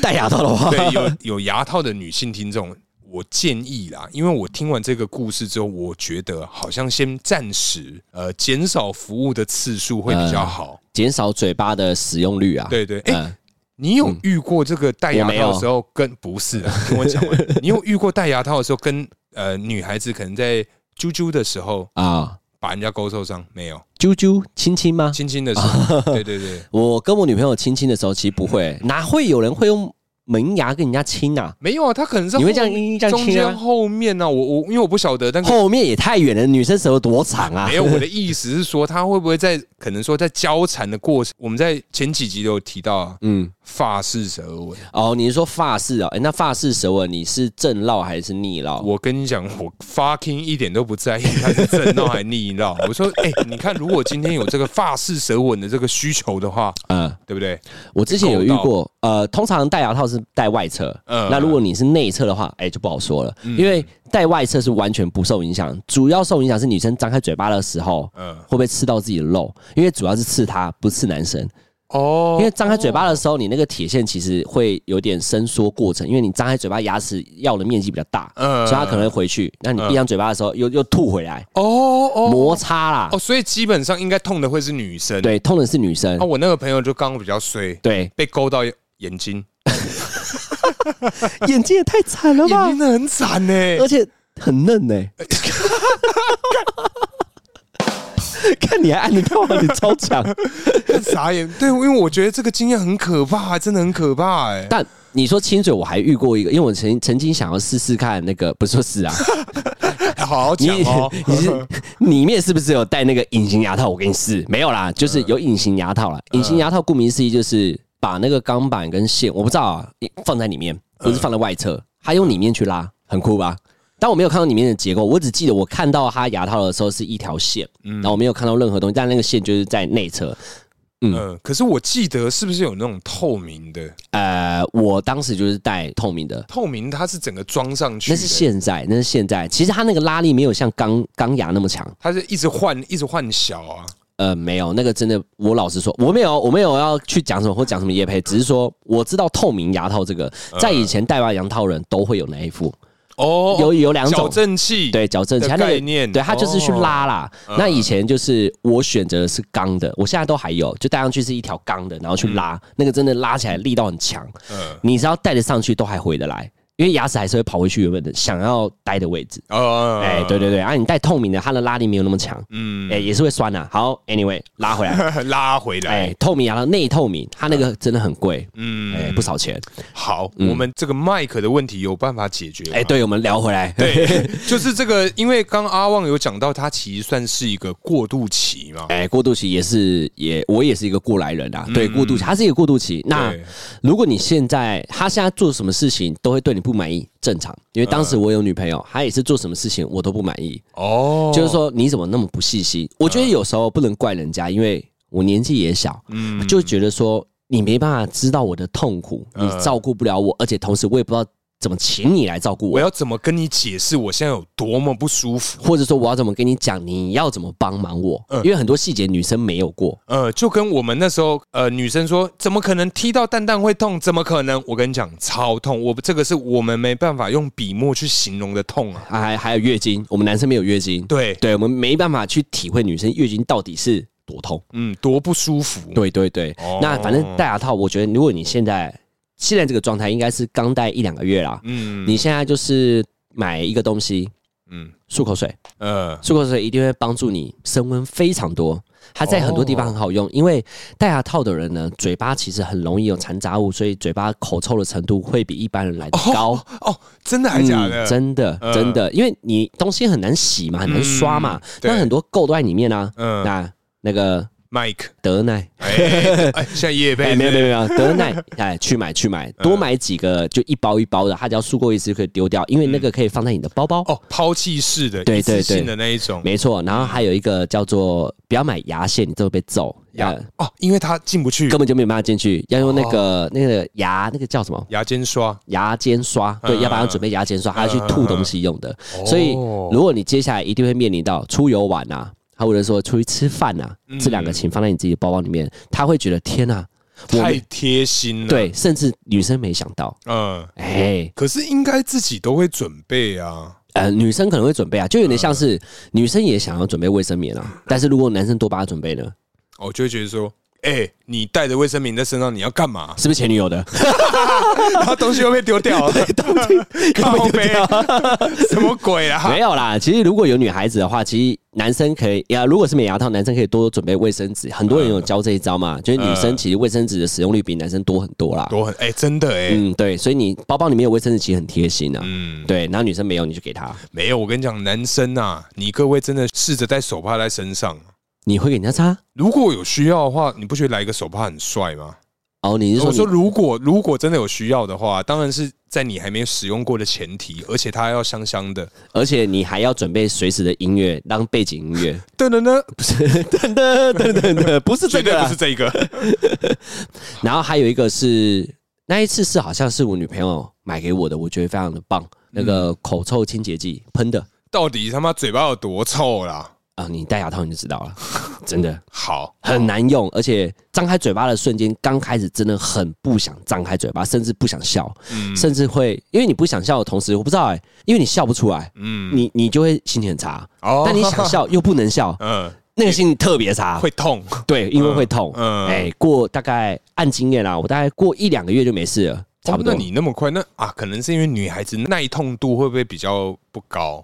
Speaker 2: 戴牙套的话，
Speaker 1: 对有有牙套的女性听众。我建议啦，因为我听完这个故事之后，我觉得好像先暂时呃减少服务的次数会比较好。
Speaker 2: 减少嘴巴的使用率啊。
Speaker 1: 对对，哎、
Speaker 2: 嗯
Speaker 1: 你有遇过这个戴牙套的时候跟不是啊？听我
Speaker 2: <laughs>
Speaker 1: 讲完，你有遇过戴牙套的时候跟呃女孩子可能在啾啾的时候
Speaker 2: 啊，
Speaker 1: 把人家勾受伤没有？
Speaker 2: 啾啾亲亲吗？
Speaker 1: 亲亲的时
Speaker 2: <laughs>
Speaker 1: 候，对对对，
Speaker 2: 我跟我女朋友亲亲的时候，其实不会，哪会有人会用门牙跟人家亲啊？
Speaker 1: 没有啊，他可能是
Speaker 2: 你会
Speaker 1: 后
Speaker 2: 这样一这样
Speaker 1: 中
Speaker 2: 亲啊
Speaker 1: 间后面呢、我我因为我不晓得，
Speaker 2: <laughs>
Speaker 1: 但是
Speaker 2: 后面也太远了，女生手有多长啊
Speaker 1: 没？有我的意思是说，他会不会在可能说在交缠的过程，我们在前几集都有提到啊，
Speaker 2: 嗯，
Speaker 1: 发式舌吻。
Speaker 2: 哦，你是说发式哦？哎，那发式舌吻你是正绕还是逆绕？
Speaker 1: 我跟你讲，我 fucking 一点都不在意他是正闹还逆闹。我
Speaker 2: <laughs>
Speaker 1: 说，哎、你看，如果今天有这个发式舌吻的这个需求的话，
Speaker 2: 嗯，
Speaker 1: 对不对？
Speaker 2: 我之前有遇过，呃，通常戴牙套是戴外侧，
Speaker 1: 嗯
Speaker 2: 那如果你是内侧的话，哎、就不好说了，因为戴外侧是完全不受影响，主要受影响是女生张开嘴巴的时候。
Speaker 1: 嗯，
Speaker 2: 会不会刺到自己的肉？因为主要是刺她，不刺男生。
Speaker 1: 哦，
Speaker 2: 因为张开嘴巴的时候，你那个铁线其实会有点伸缩过程，因为你张开嘴巴，牙齿要的面积比较大，
Speaker 1: 嗯
Speaker 2: 所以它可能会回去。那你闭上嘴巴的时候，又又吐回来，
Speaker 1: 哦哦
Speaker 2: 摩擦啦
Speaker 1: 哦，。所以基本上应该痛的会是女生。，
Speaker 2: 对，痛的是女生
Speaker 1: 那、。我那个朋友就刚刚比较衰，
Speaker 2: 对，
Speaker 1: 被勾到眼睛，
Speaker 2: <laughs> 眼睛也太惨了
Speaker 1: 眼
Speaker 2: 吧
Speaker 1: 睛，真的很惨欸呢、
Speaker 2: 而且很嫩呢。 <laughs> 看你还按得到吗？你超强。
Speaker 1: 很傻眼。对，因为我觉得这个经验很可怕，真的很可怕哎、
Speaker 2: <laughs> 但你说亲嘴，我还遇过一个，因为我曾曾经想要试试看那个，不是说是啊，
Speaker 1: 好好
Speaker 2: 你
Speaker 1: 讲哦。
Speaker 2: <laughs> 你是里面是不是有戴那个隐形牙套？我给你试，没有啦，
Speaker 1: 嗯
Speaker 2: 就是有隐形牙套啦。隐形牙套顾名思义就是把那个钢板跟线，我不知道啊，放在里面，
Speaker 1: 嗯
Speaker 2: 不是放在外侧，它用里面去拉，很酷吧？但我没有看到里面的结构，我只记得我看到它牙套的时候是一条线，然后我没有看到任何东西，但那个线就是在内侧。
Speaker 1: 嗯、可是我记得是不是有那种透明的？
Speaker 2: 呃，我当时就是戴透明的，
Speaker 1: 透明它是整个装上去
Speaker 2: 那
Speaker 1: 的，
Speaker 2: 是现在，那是现在。其实它那个拉力没有像钢钢牙那么强。
Speaker 1: 它是一直换，一直换小啊。
Speaker 2: 呃，没有，那个真的，我老实说，我没有，我没有要去讲什么或讲什么叶配，只是说我知道透明牙套这个，在以前戴完牙套人都会有那一副，
Speaker 1: 嗯哦
Speaker 2: 有有两
Speaker 1: 矫
Speaker 2: 种，
Speaker 1: 正器，
Speaker 2: 对，矫正器，
Speaker 1: 的
Speaker 2: 它那
Speaker 1: 概念哦嗯
Speaker 2: 个，对，它就是去拉啦。那以前就是我选择的是钢的，我现在都还有，就戴上去是一条钢的，然后去拉，那个真的拉起来力道很强，
Speaker 1: 嗯，
Speaker 2: 你只要戴得上去都还回得来，因为牙齿还是会跑回去原本的想要待的位置。
Speaker 1: 哦
Speaker 2: 哎，对，对对，啊，你戴透明的，它的拉力没有那么强，
Speaker 1: 嗯，
Speaker 2: 哎，也是会酸的。好，anyway，拉回来。
Speaker 1: 拉回来，
Speaker 2: 哎，透明牙套内透明，它那个真的很贵，哎，
Speaker 1: 嗯，
Speaker 2: 不少钱。
Speaker 1: 好，我们这个麦克的问题有办法解决吗？
Speaker 2: 哎，对，我们聊回来，
Speaker 1: 对，就是这个，因为刚阿旺有讲到，它其实算是一个过渡期嘛。
Speaker 2: <laughs> 哎，过渡期也是也我也是一个过来人啊，对，过渡期它是一个过渡期。
Speaker 1: 嗯
Speaker 2: 那
Speaker 1: 对
Speaker 2: 如果你现在他现在做什么事情都会对你不满意，正常，因为当
Speaker 1: 嗯
Speaker 2: 时我有女朋友，她也是做什么事情我都不满意，
Speaker 1: 哦，
Speaker 2: 就是说你怎么那么不细心？我觉得有时候不能怪人家，因为我年纪也小，
Speaker 1: 嗯
Speaker 2: 就觉得说你没办法知道我的痛苦，你
Speaker 1: 嗯
Speaker 2: 照顾不了我，而且同时我也不知道怎么请你来照顾
Speaker 1: 我
Speaker 2: 我，
Speaker 1: 要怎么跟你解释我现在有多么不舒服？
Speaker 2: 或者说我要怎么跟你讲，你要怎么帮忙我，
Speaker 1: 嗯
Speaker 2: 因为很多细节女生没有过。
Speaker 1: 呃，就跟我们那时候，呃，女生说怎么可能踢到蛋蛋会痛？怎么可能？我跟你讲，超痛！我这个是我们没办法用笔墨去形容的痛啊。
Speaker 2: 还还有月经，我们男生没有月经，
Speaker 1: 对，
Speaker 2: 对，我们没办法去体会女生月经到底是多痛。
Speaker 1: 嗯，多不舒服。
Speaker 2: 对对对，
Speaker 1: 哦
Speaker 2: 那反正戴牙套，我觉得如果你现在现在这个状态，应该是刚戴一两个月啦。
Speaker 1: 嗯，
Speaker 2: 你现在就是买一个东西，
Speaker 1: 嗯
Speaker 2: 漱口水，
Speaker 1: 呃，
Speaker 2: 漱口水一定会帮助你升温非常多。它在很多地方很好用，
Speaker 1: 哦
Speaker 2: 因为戴牙套的人呢，嘴巴其实很容易有残杂物，所以嘴巴口臭的程度会比一般人来的高。
Speaker 1: 哦，真的还假的？
Speaker 2: 嗯真的，
Speaker 1: 嗯
Speaker 2: 真的，因为你东西很难洗嘛，很难刷嘛，
Speaker 1: 嗯对
Speaker 2: 那很多垢都在里面啊。
Speaker 1: 嗯
Speaker 2: 那那个
Speaker 1: ，Mike，
Speaker 2: <laughs> 德乃，
Speaker 1: 哎、哎现在夜
Speaker 2: 哎，
Speaker 1: 配
Speaker 2: 没有没有没有，
Speaker 1: <laughs>
Speaker 2: 德乃，哎，去买去
Speaker 1: 嗯
Speaker 2: 买，多买几个，就一包一包的，它只要漱过一次就可以丢掉，因为那个可以放在你的包包。
Speaker 1: 嗯哦，抛弃式的，
Speaker 2: 对
Speaker 1: 一次
Speaker 2: 对对
Speaker 1: 性的那一种。
Speaker 2: 没错，然后还有一个叫做不要买牙线，你就会被揍，呃牙
Speaker 1: 哦，因为它进不去
Speaker 2: 根本就没有办法进去，要用那个
Speaker 1: 哦
Speaker 2: 那个牙那个叫什么？
Speaker 1: 牙尖刷。
Speaker 2: 牙尖刷，对，
Speaker 1: 嗯
Speaker 2: 要不然要准备牙尖刷，它要去吐东西用的。所以，
Speaker 1: 哦
Speaker 2: 如果你接下来一定会面临到出游玩啊，还或者说出去吃饭啊，
Speaker 1: 嗯
Speaker 2: 这两个请放在你自己的包包里面，他会觉得天啊，我
Speaker 1: 太
Speaker 2: 们
Speaker 1: 贴心了。，
Speaker 2: 对，甚至女生没想到，
Speaker 1: 嗯，
Speaker 2: 哎，
Speaker 1: 可是应该自己都会准备啊。
Speaker 2: 呃，女生可能会准备啊，就有点像
Speaker 1: 嗯
Speaker 2: 是女生也想要准备卫生棉啊，但是如果男生多帮她准备呢，？
Speaker 1: 我哦就会觉得说，哎、你带着卫生棉在身上，你要干嘛 <laughs>
Speaker 2: 是不是前女友的？
Speaker 1: 然后东西会被丢掉了， <laughs> 靠背， <laughs> 什么鬼啊？
Speaker 2: <laughs> 没有啦，其实如果有女孩子的话，其实男生可以呀，如果是免牙套，男生可以多准备卫生纸。很多人有教这一招嘛，就是女生其实卫生纸的使用率比男生多很多啦。
Speaker 1: 多很哎、真的哎、
Speaker 2: 嗯，对，所以你包包里面有卫生纸其实很贴心啊。
Speaker 1: 嗯，
Speaker 2: 对，然后女生没有你就给她，
Speaker 1: 没有，我跟你讲，男生啊，你各位真的试着带手帕在身上。
Speaker 2: 你会给人家擦。
Speaker 1: 如果有需要的话，你不觉得来一个手帕很帅吗？
Speaker 2: 哦，你是
Speaker 1: 我
Speaker 2: 说
Speaker 1: 说，
Speaker 2: 你
Speaker 1: 如果如果真的有需要的话，当然是在你还没使用过的前提，而且它要香香的。
Speaker 2: 而且你还要准备随时的音乐当背景音 <laughs> 乐，
Speaker 1: 对的呢，
Speaker 2: 不是等等等等等，不是
Speaker 1: 绝
Speaker 2: 这
Speaker 1: 对
Speaker 2: 个
Speaker 1: 不
Speaker 2: 啦
Speaker 1: 是。这个。
Speaker 2: 然后还有一个是那一次是好像是我女朋友买给我的，我觉得非常的棒，那个口臭清洁剂喷的。
Speaker 1: 到底他妈嘴巴有多臭啦？
Speaker 2: 啊、你戴牙套你就知道了，真的
Speaker 1: 好，
Speaker 2: 很难用，而且张开嘴巴的瞬间，刚开始真的很不想张开嘴巴，甚至不想笑，
Speaker 1: 嗯
Speaker 2: 甚至会因为你不想笑的同时，我不知道哎、因为你笑不出来，
Speaker 1: 嗯，
Speaker 2: 你你就会心情很差，
Speaker 1: 哦
Speaker 2: 但你想，笑又不能
Speaker 1: <laughs>
Speaker 2: 笑，
Speaker 1: 嗯，
Speaker 2: 那个心情特别差，
Speaker 1: 会痛，
Speaker 2: 对，因为会痛，
Speaker 1: 嗯
Speaker 2: 哎、过大概按经验啦，我大概过一两个月就没事了，差不多，
Speaker 1: 哦那你那么快，那啊，可能是因为女孩子耐痛度会不会比较不高？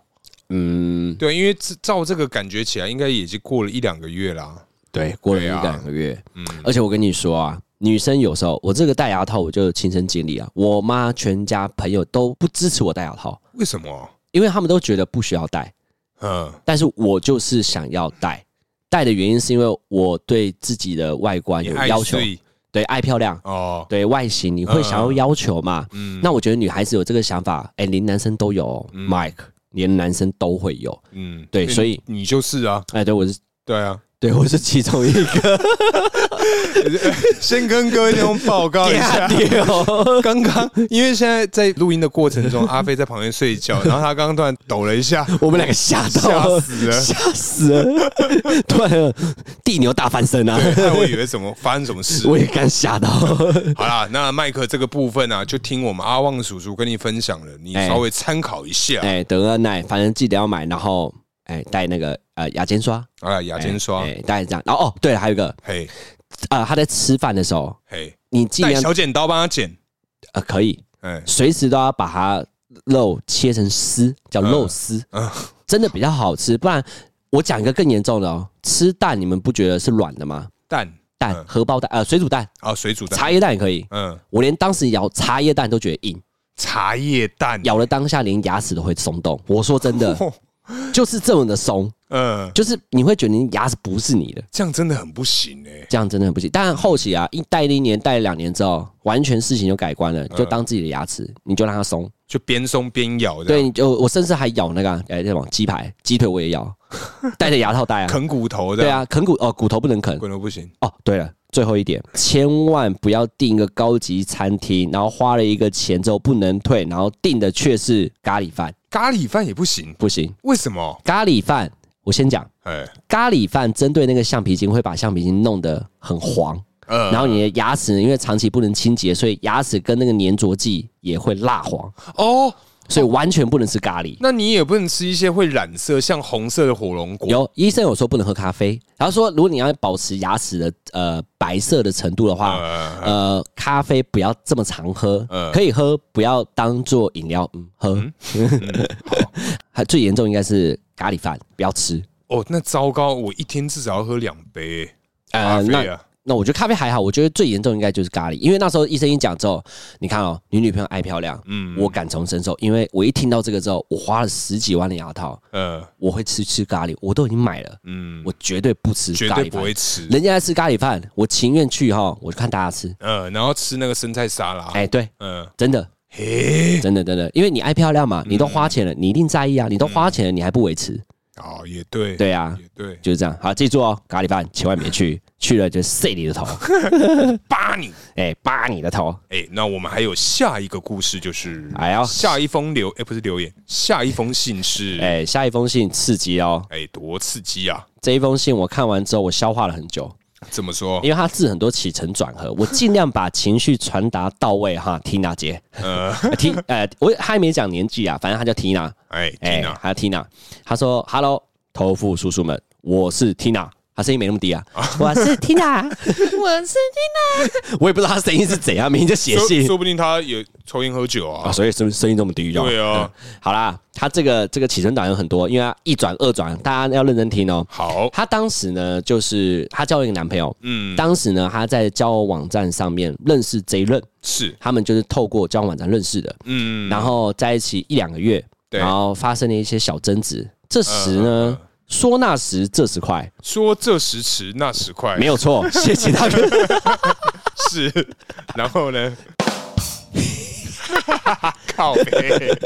Speaker 2: 嗯，
Speaker 1: 对，因为这照这个感觉起来，应该已经过了一两个月啦。
Speaker 2: 对，过了一
Speaker 1: 对啊
Speaker 2: 两个月，
Speaker 1: 嗯，
Speaker 2: 而且我跟你说啊，女生有时候我这个戴牙套，我就亲身经历啊，我妈全家朋友都不支持我戴牙套，
Speaker 1: 为什么？
Speaker 2: 因为他们都觉得不需要戴，
Speaker 1: 嗯，
Speaker 2: 但是我就是想要戴。戴的原因是因为我对自己的外观
Speaker 1: 你
Speaker 2: 有
Speaker 1: 爱
Speaker 2: 要求，
Speaker 1: 睡
Speaker 2: 对爱漂亮，
Speaker 1: 哦，
Speaker 2: 对外形你会想要要求嘛？
Speaker 1: 嗯
Speaker 2: 那我觉得女孩子有这个想法，哎、连男生都有、哦 Mike，连男生都会有。
Speaker 1: 嗯，
Speaker 2: 对所以
Speaker 1: 你你就是啊，
Speaker 2: 哎、对我是，
Speaker 1: 对啊。 <laughs>
Speaker 2: 对我是其中一个。，
Speaker 1: 先跟各位听众报告一下
Speaker 2: <laughs> 对哦
Speaker 1: 刚刚 <laughs> 因为现在在录音的过程中，阿飞在旁边睡觉，然后他刚刚突然抖了一下，
Speaker 2: 我们两个吓
Speaker 1: 吓
Speaker 2: 到，
Speaker 1: 死了
Speaker 2: 吓死了！突然地牛大翻身啊！
Speaker 1: 害 <laughs> 我以为什么发生什么事。
Speaker 2: 我也刚吓
Speaker 1: <laughs>
Speaker 2: 到。
Speaker 1: 好啦，那麦克这个部分啊，就听我们阿旺叔叔跟你分享了，你
Speaker 2: 哎
Speaker 1: 稍微参考一下。
Speaker 2: 哎、德恩奶，反正记得要买，然后哎带那个呃牙尖刷，
Speaker 1: 好啦，牙尖刷
Speaker 2: 哎、，带这样。然后哦，对了，还有一个
Speaker 1: 嘿，
Speaker 2: 呃，他在吃饭的时候，
Speaker 1: 嘿，
Speaker 2: 你尽
Speaker 1: 带
Speaker 2: 量
Speaker 1: 小剪刀帮他剪。
Speaker 2: 呃可以
Speaker 1: 哎，
Speaker 2: 随时都要把它肉切成丝，叫肉丝，
Speaker 1: 嗯
Speaker 2: 真的比较好吃。不然我讲一个更严重的哦，吃蛋你们不觉得是软的吗？
Speaker 1: 蛋
Speaker 2: 蛋
Speaker 1: 嗯
Speaker 2: 荷包蛋呃水煮蛋、
Speaker 1: 啊，水煮蛋，
Speaker 2: 茶叶蛋也可以。
Speaker 1: 嗯，
Speaker 2: 我连当时咬茶叶蛋都觉得硬，
Speaker 1: 茶叶蛋，
Speaker 2: 咬了当下连牙齿都会松动。我说
Speaker 1: <laughs>
Speaker 2: 真的，就是这么的松，
Speaker 1: 嗯，
Speaker 2: 就是你会觉得你牙齿不是你的，
Speaker 1: 这样真的很不行哎。
Speaker 2: 这样真的很不行。但后期啊，一戴了一年、戴了两年之后，完全事情就改观了，就当自己的牙齿，你就让它松。
Speaker 1: 就边松边咬，
Speaker 2: 对，，你就我甚至还咬那个啊哎那种鸡排、鸡腿，我也咬，戴着牙套戴啊。
Speaker 1: 啃骨头的，
Speaker 2: 对，啊，啃骨哦，骨头不能啃
Speaker 1: 骨头不行。
Speaker 2: 哦。对了，最后一点，千万不要订一个高级餐厅，然后花了一个钱之后不能退，然后订的却是咖喱饭，
Speaker 1: 咖喱饭也不行，
Speaker 2: 不行。
Speaker 1: 为什么？
Speaker 2: 咖喱饭，我先讲，
Speaker 1: 哎，
Speaker 2: 咖喱饭针对那个橡皮筋会把橡皮筋弄得很黄，
Speaker 1: 呃，
Speaker 2: 然后你的牙齿因为长期不能清洁，所以牙齿跟那个粘着剂也会蜡黄，
Speaker 1: 哦，
Speaker 2: 所以完全不能吃咖喱。
Speaker 1: 那你也不能吃一些会染色，像红色的火龙果。
Speaker 2: 有医生有说不能喝咖啡，然后说如果你要保持牙齿的呃白色的程度的话，
Speaker 1: 呃，
Speaker 2: 呃，咖啡不要这么常喝，
Speaker 1: 嗯
Speaker 2: 可以喝，不要当做饮料嗯喝。还 <laughs> 最严重应该是咖喱饭，不要吃。
Speaker 1: 哦，那糟糕，我一天至少要喝两杯咖
Speaker 2: 呃，
Speaker 1: 啡
Speaker 2: 那
Speaker 1: 啊。
Speaker 2: 那我觉得咖啡还好，我觉得最严重应该就是咖喱，因为那时候医生一讲之后，你看哦，你女朋友爱漂亮，
Speaker 1: 嗯
Speaker 2: 我感同身受，因为我一听到这个之后，我花了十几万的牙套，
Speaker 1: 呃，
Speaker 2: 我会吃吃咖喱，我都已经买了，
Speaker 1: 嗯，
Speaker 2: 我绝对不吃
Speaker 1: 绝
Speaker 2: 咖
Speaker 1: 对
Speaker 2: 喱
Speaker 1: 不
Speaker 2: 饭。
Speaker 1: 会吃。
Speaker 2: 人家在吃咖喱饭，我情愿去哈，我就看大家吃。
Speaker 1: 呃，然后吃那个生菜沙拉。
Speaker 2: 哎、对，
Speaker 1: 嗯，
Speaker 2: 真的，
Speaker 1: 嘿，
Speaker 2: 真的真的，因为你爱漂亮嘛，你都
Speaker 1: 嗯
Speaker 2: 花钱了，你一定在意啊，你都花钱了，你还不维持？
Speaker 1: 哦，也嗯对，
Speaker 2: 对啊，
Speaker 1: 也对，
Speaker 2: 就是这样。好，记住哦，咖喱饭千万别去，去了就碎你的头， <laughs>
Speaker 1: 扒你。
Speaker 2: 哎，扒你的头。
Speaker 1: 哎，那我们还有下一个故事，就是
Speaker 2: 哎呀
Speaker 1: 下一封留，哎，不是留言，下一封信是，
Speaker 2: <laughs> 哎，下一封信刺激哦，
Speaker 1: 哎，多刺激啊！
Speaker 2: 这一封信我看完之后，我消化了很久，
Speaker 1: 怎么说？
Speaker 2: 因为它字很多起承转合，我尽量把情绪传达到位哈。缇娜姐，
Speaker 1: 呃，
Speaker 2: <laughs> 缇呃，我她还没讲年纪啊，反正她叫缇娜。
Speaker 1: 哎
Speaker 2: 哎、
Speaker 1: ，Tina，
Speaker 2: 还有 Tina，他说：“Hello，头父叔叔们，我是 Tina。”他声音没那么低啊，
Speaker 1: 哦
Speaker 2: <laughs> 我是 Tina，
Speaker 3: <laughs> 我是
Speaker 2: <laughs> 我也不知道他声音是怎样，明明就
Speaker 1: <laughs>
Speaker 2: 写
Speaker 1: 说
Speaker 2: 信
Speaker 1: 说不定他也抽烟喝酒
Speaker 2: 啊，
Speaker 1: 啊。
Speaker 2: 所以声声音这么低，
Speaker 1: 对啊，
Speaker 2: 好啦，他这个这个起承转合很多，因为他一转二转，大家要认真听哦。
Speaker 1: 好，
Speaker 2: 他当时呢，就是他交了一个男朋友，
Speaker 1: 嗯，
Speaker 2: 当时呢，他在交友网站上面认识这一任，
Speaker 1: 是，
Speaker 2: 他们就是透过交友网站认识的，
Speaker 1: 嗯，
Speaker 2: 然后在一起一两个月，
Speaker 1: 对
Speaker 2: 然后发生了一些小争执。这时
Speaker 1: 嗯
Speaker 2: 呢，说那时这时快，
Speaker 1: 说这时迟那时快，
Speaker 2: 没有
Speaker 1: <laughs>
Speaker 2: 错，谢谢大哥。
Speaker 1: 是， <laughs> 然后呢？ <laughs> 靠背，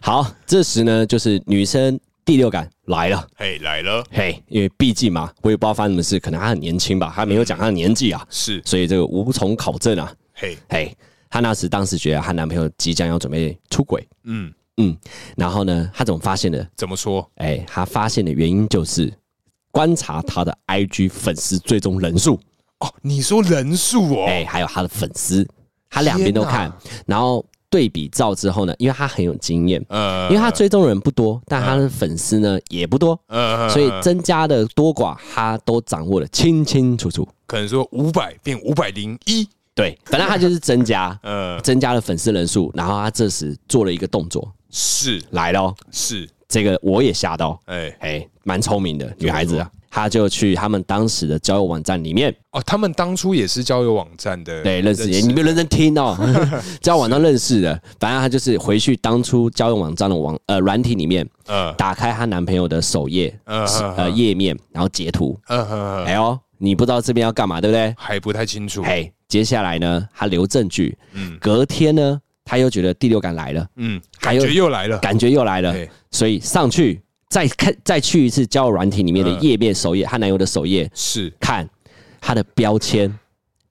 Speaker 2: 好，这时呢，就是女生第六感来了，
Speaker 1: 哎，来了，
Speaker 2: 嘿，因为毕竟嘛，我也不知道发生什么事，可能她很年轻吧，她没有讲她的年纪啊，
Speaker 1: 是，
Speaker 2: 所以这个无从考证啊，
Speaker 1: 嘿，
Speaker 2: 嘿，她那时当时觉得她男朋友即将要准备出轨，
Speaker 1: 嗯，
Speaker 2: 嗯，然后呢，她怎么发现的？
Speaker 1: 怎么说？
Speaker 2: 哎，她发现的原因就是观察她的 IG 粉丝追踪人数，
Speaker 1: 哦，你说人数哦，
Speaker 2: 哎，还有她的粉丝，她两边都看，然后对比照之后呢，因为她很有经验，
Speaker 1: 呃
Speaker 2: 因为他追踪人不多，但他的粉丝呢也不多，
Speaker 1: 呃
Speaker 2: 所以增加的多寡他都掌握的清清楚楚。
Speaker 1: 可能说五百变五百零一，，
Speaker 2: 对，反正他就是增加
Speaker 1: 呃，
Speaker 2: 增加了粉丝人数，然后他这时做了一个动作
Speaker 1: 是
Speaker 2: 来咯，
Speaker 1: 是，
Speaker 2: 这个我也吓到，
Speaker 1: 哎，
Speaker 2: 哎，蛮聪明的女孩子啊，她就去他们当时的交友网站里面，
Speaker 1: 哦，他们当初也是交友网站的，
Speaker 2: 对，认识你没有认真听 <laughs> 哦，交友网站认识的，反正她就是回去当初交友网站的网呃软体里面
Speaker 1: 呃，
Speaker 2: 打开她男朋友的首页
Speaker 1: 呃
Speaker 2: 呃页面，然后截图，
Speaker 1: 呃呃，
Speaker 2: 哎呦，你不知道这边要干嘛，对不对？
Speaker 1: 还不太清楚，
Speaker 2: 哎，接下来呢，他留证据，隔天呢，他又觉得第六感来了，
Speaker 1: 嗯，
Speaker 2: 还
Speaker 1: 感
Speaker 2: 有
Speaker 1: 觉又来了，
Speaker 2: 感觉又来了
Speaker 1: 哎，
Speaker 2: 所以上去再看，再去一次交友软体里面的
Speaker 1: 嗯
Speaker 2: 页面首页，她男友的首页
Speaker 1: 是
Speaker 2: 看他的标签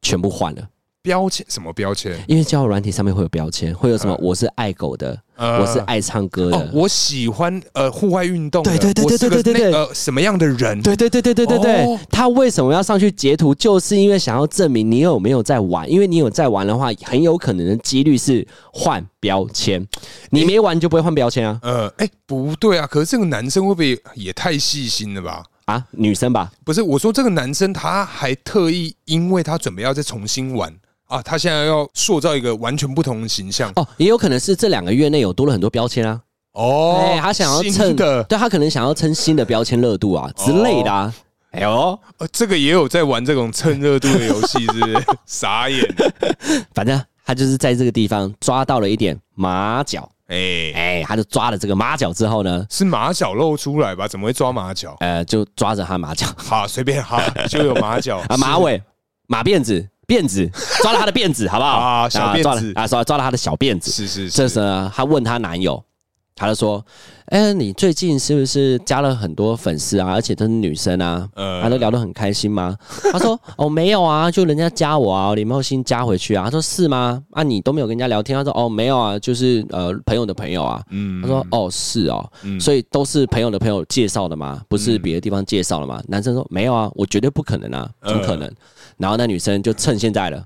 Speaker 2: 全部换了。
Speaker 1: 标签什么标签？
Speaker 2: 因为交友软体上面会有标签，会有什么？我是爱狗的，
Speaker 1: 呃
Speaker 2: 呃我是爱唱歌的，
Speaker 1: 哦，我喜欢呃户外运动的，
Speaker 2: 对对对对
Speaker 1: 我是个
Speaker 2: 对对对对
Speaker 1: 那呃什么样的人？
Speaker 2: 对对对对对对对，
Speaker 1: 哦
Speaker 2: 他为什么要上去截图？就是因为想要证明你有没有在玩，因为你有在玩的话，很有可能的几率是换标签。你没玩就不会换标 <laughs> 签啊
Speaker 1: 呃，哎、不对啊，可是这个男生会不会也太细心了吧？
Speaker 2: 啊，女生吧，
Speaker 1: 不是，我说这个男生他还特意，因为他准备要再重新玩啊，他现在要塑造一个完全不同的形象
Speaker 2: 哦，也有可能是这两个月内有多了很多标签啊，
Speaker 1: 哦
Speaker 2: 哎、他想要蹭
Speaker 1: 新的，
Speaker 2: 对他可能想要蹭新的标签热度啊之类的啊。哎呦，
Speaker 1: 呃，这个也有在玩这种蹭热度的游戏，是不
Speaker 2: <laughs>
Speaker 1: 是？傻眼，
Speaker 2: 反正他就是在这个地方抓到了一点马脚，
Speaker 1: 哎、
Speaker 2: 哎、他就抓了这个马脚之后呢，
Speaker 1: 是马脚露出来吧？怎么会抓马脚？
Speaker 2: 呃，就抓着他马
Speaker 1: <laughs>
Speaker 2: 脚。
Speaker 1: 好，随便哈，就有马脚
Speaker 2: <laughs> 啊，马尾、马辫子、辫子，抓了他的辫子，好不好？
Speaker 1: 啊小辫子
Speaker 2: 抓了啊，抓抓了他的小辫子。
Speaker 1: 是是是，
Speaker 2: 这时呢，她问她男友，他就说：“哎、你最近是不是加了很多粉丝啊？而且都是女生啊，
Speaker 1: 呃
Speaker 2: 他都聊得很开心吗？” <laughs> 他说：“哦，没有啊，就人家加我啊，我礼貌性加回去啊。”他说：“是吗？啊，你都没有跟人家聊天？”他说：“哦，没有啊，就是呃朋友的朋友啊。”
Speaker 1: 嗯
Speaker 2: 他说：“哦，是哦，
Speaker 1: 嗯
Speaker 2: 所以都是朋友的朋友介绍的嘛，不是
Speaker 1: 嗯
Speaker 2: 别的地方介绍的嘛。男生说：“没有啊，我绝对不可能啊，
Speaker 1: 呃
Speaker 2: 怎么可能？”然后那女生就趁现在了，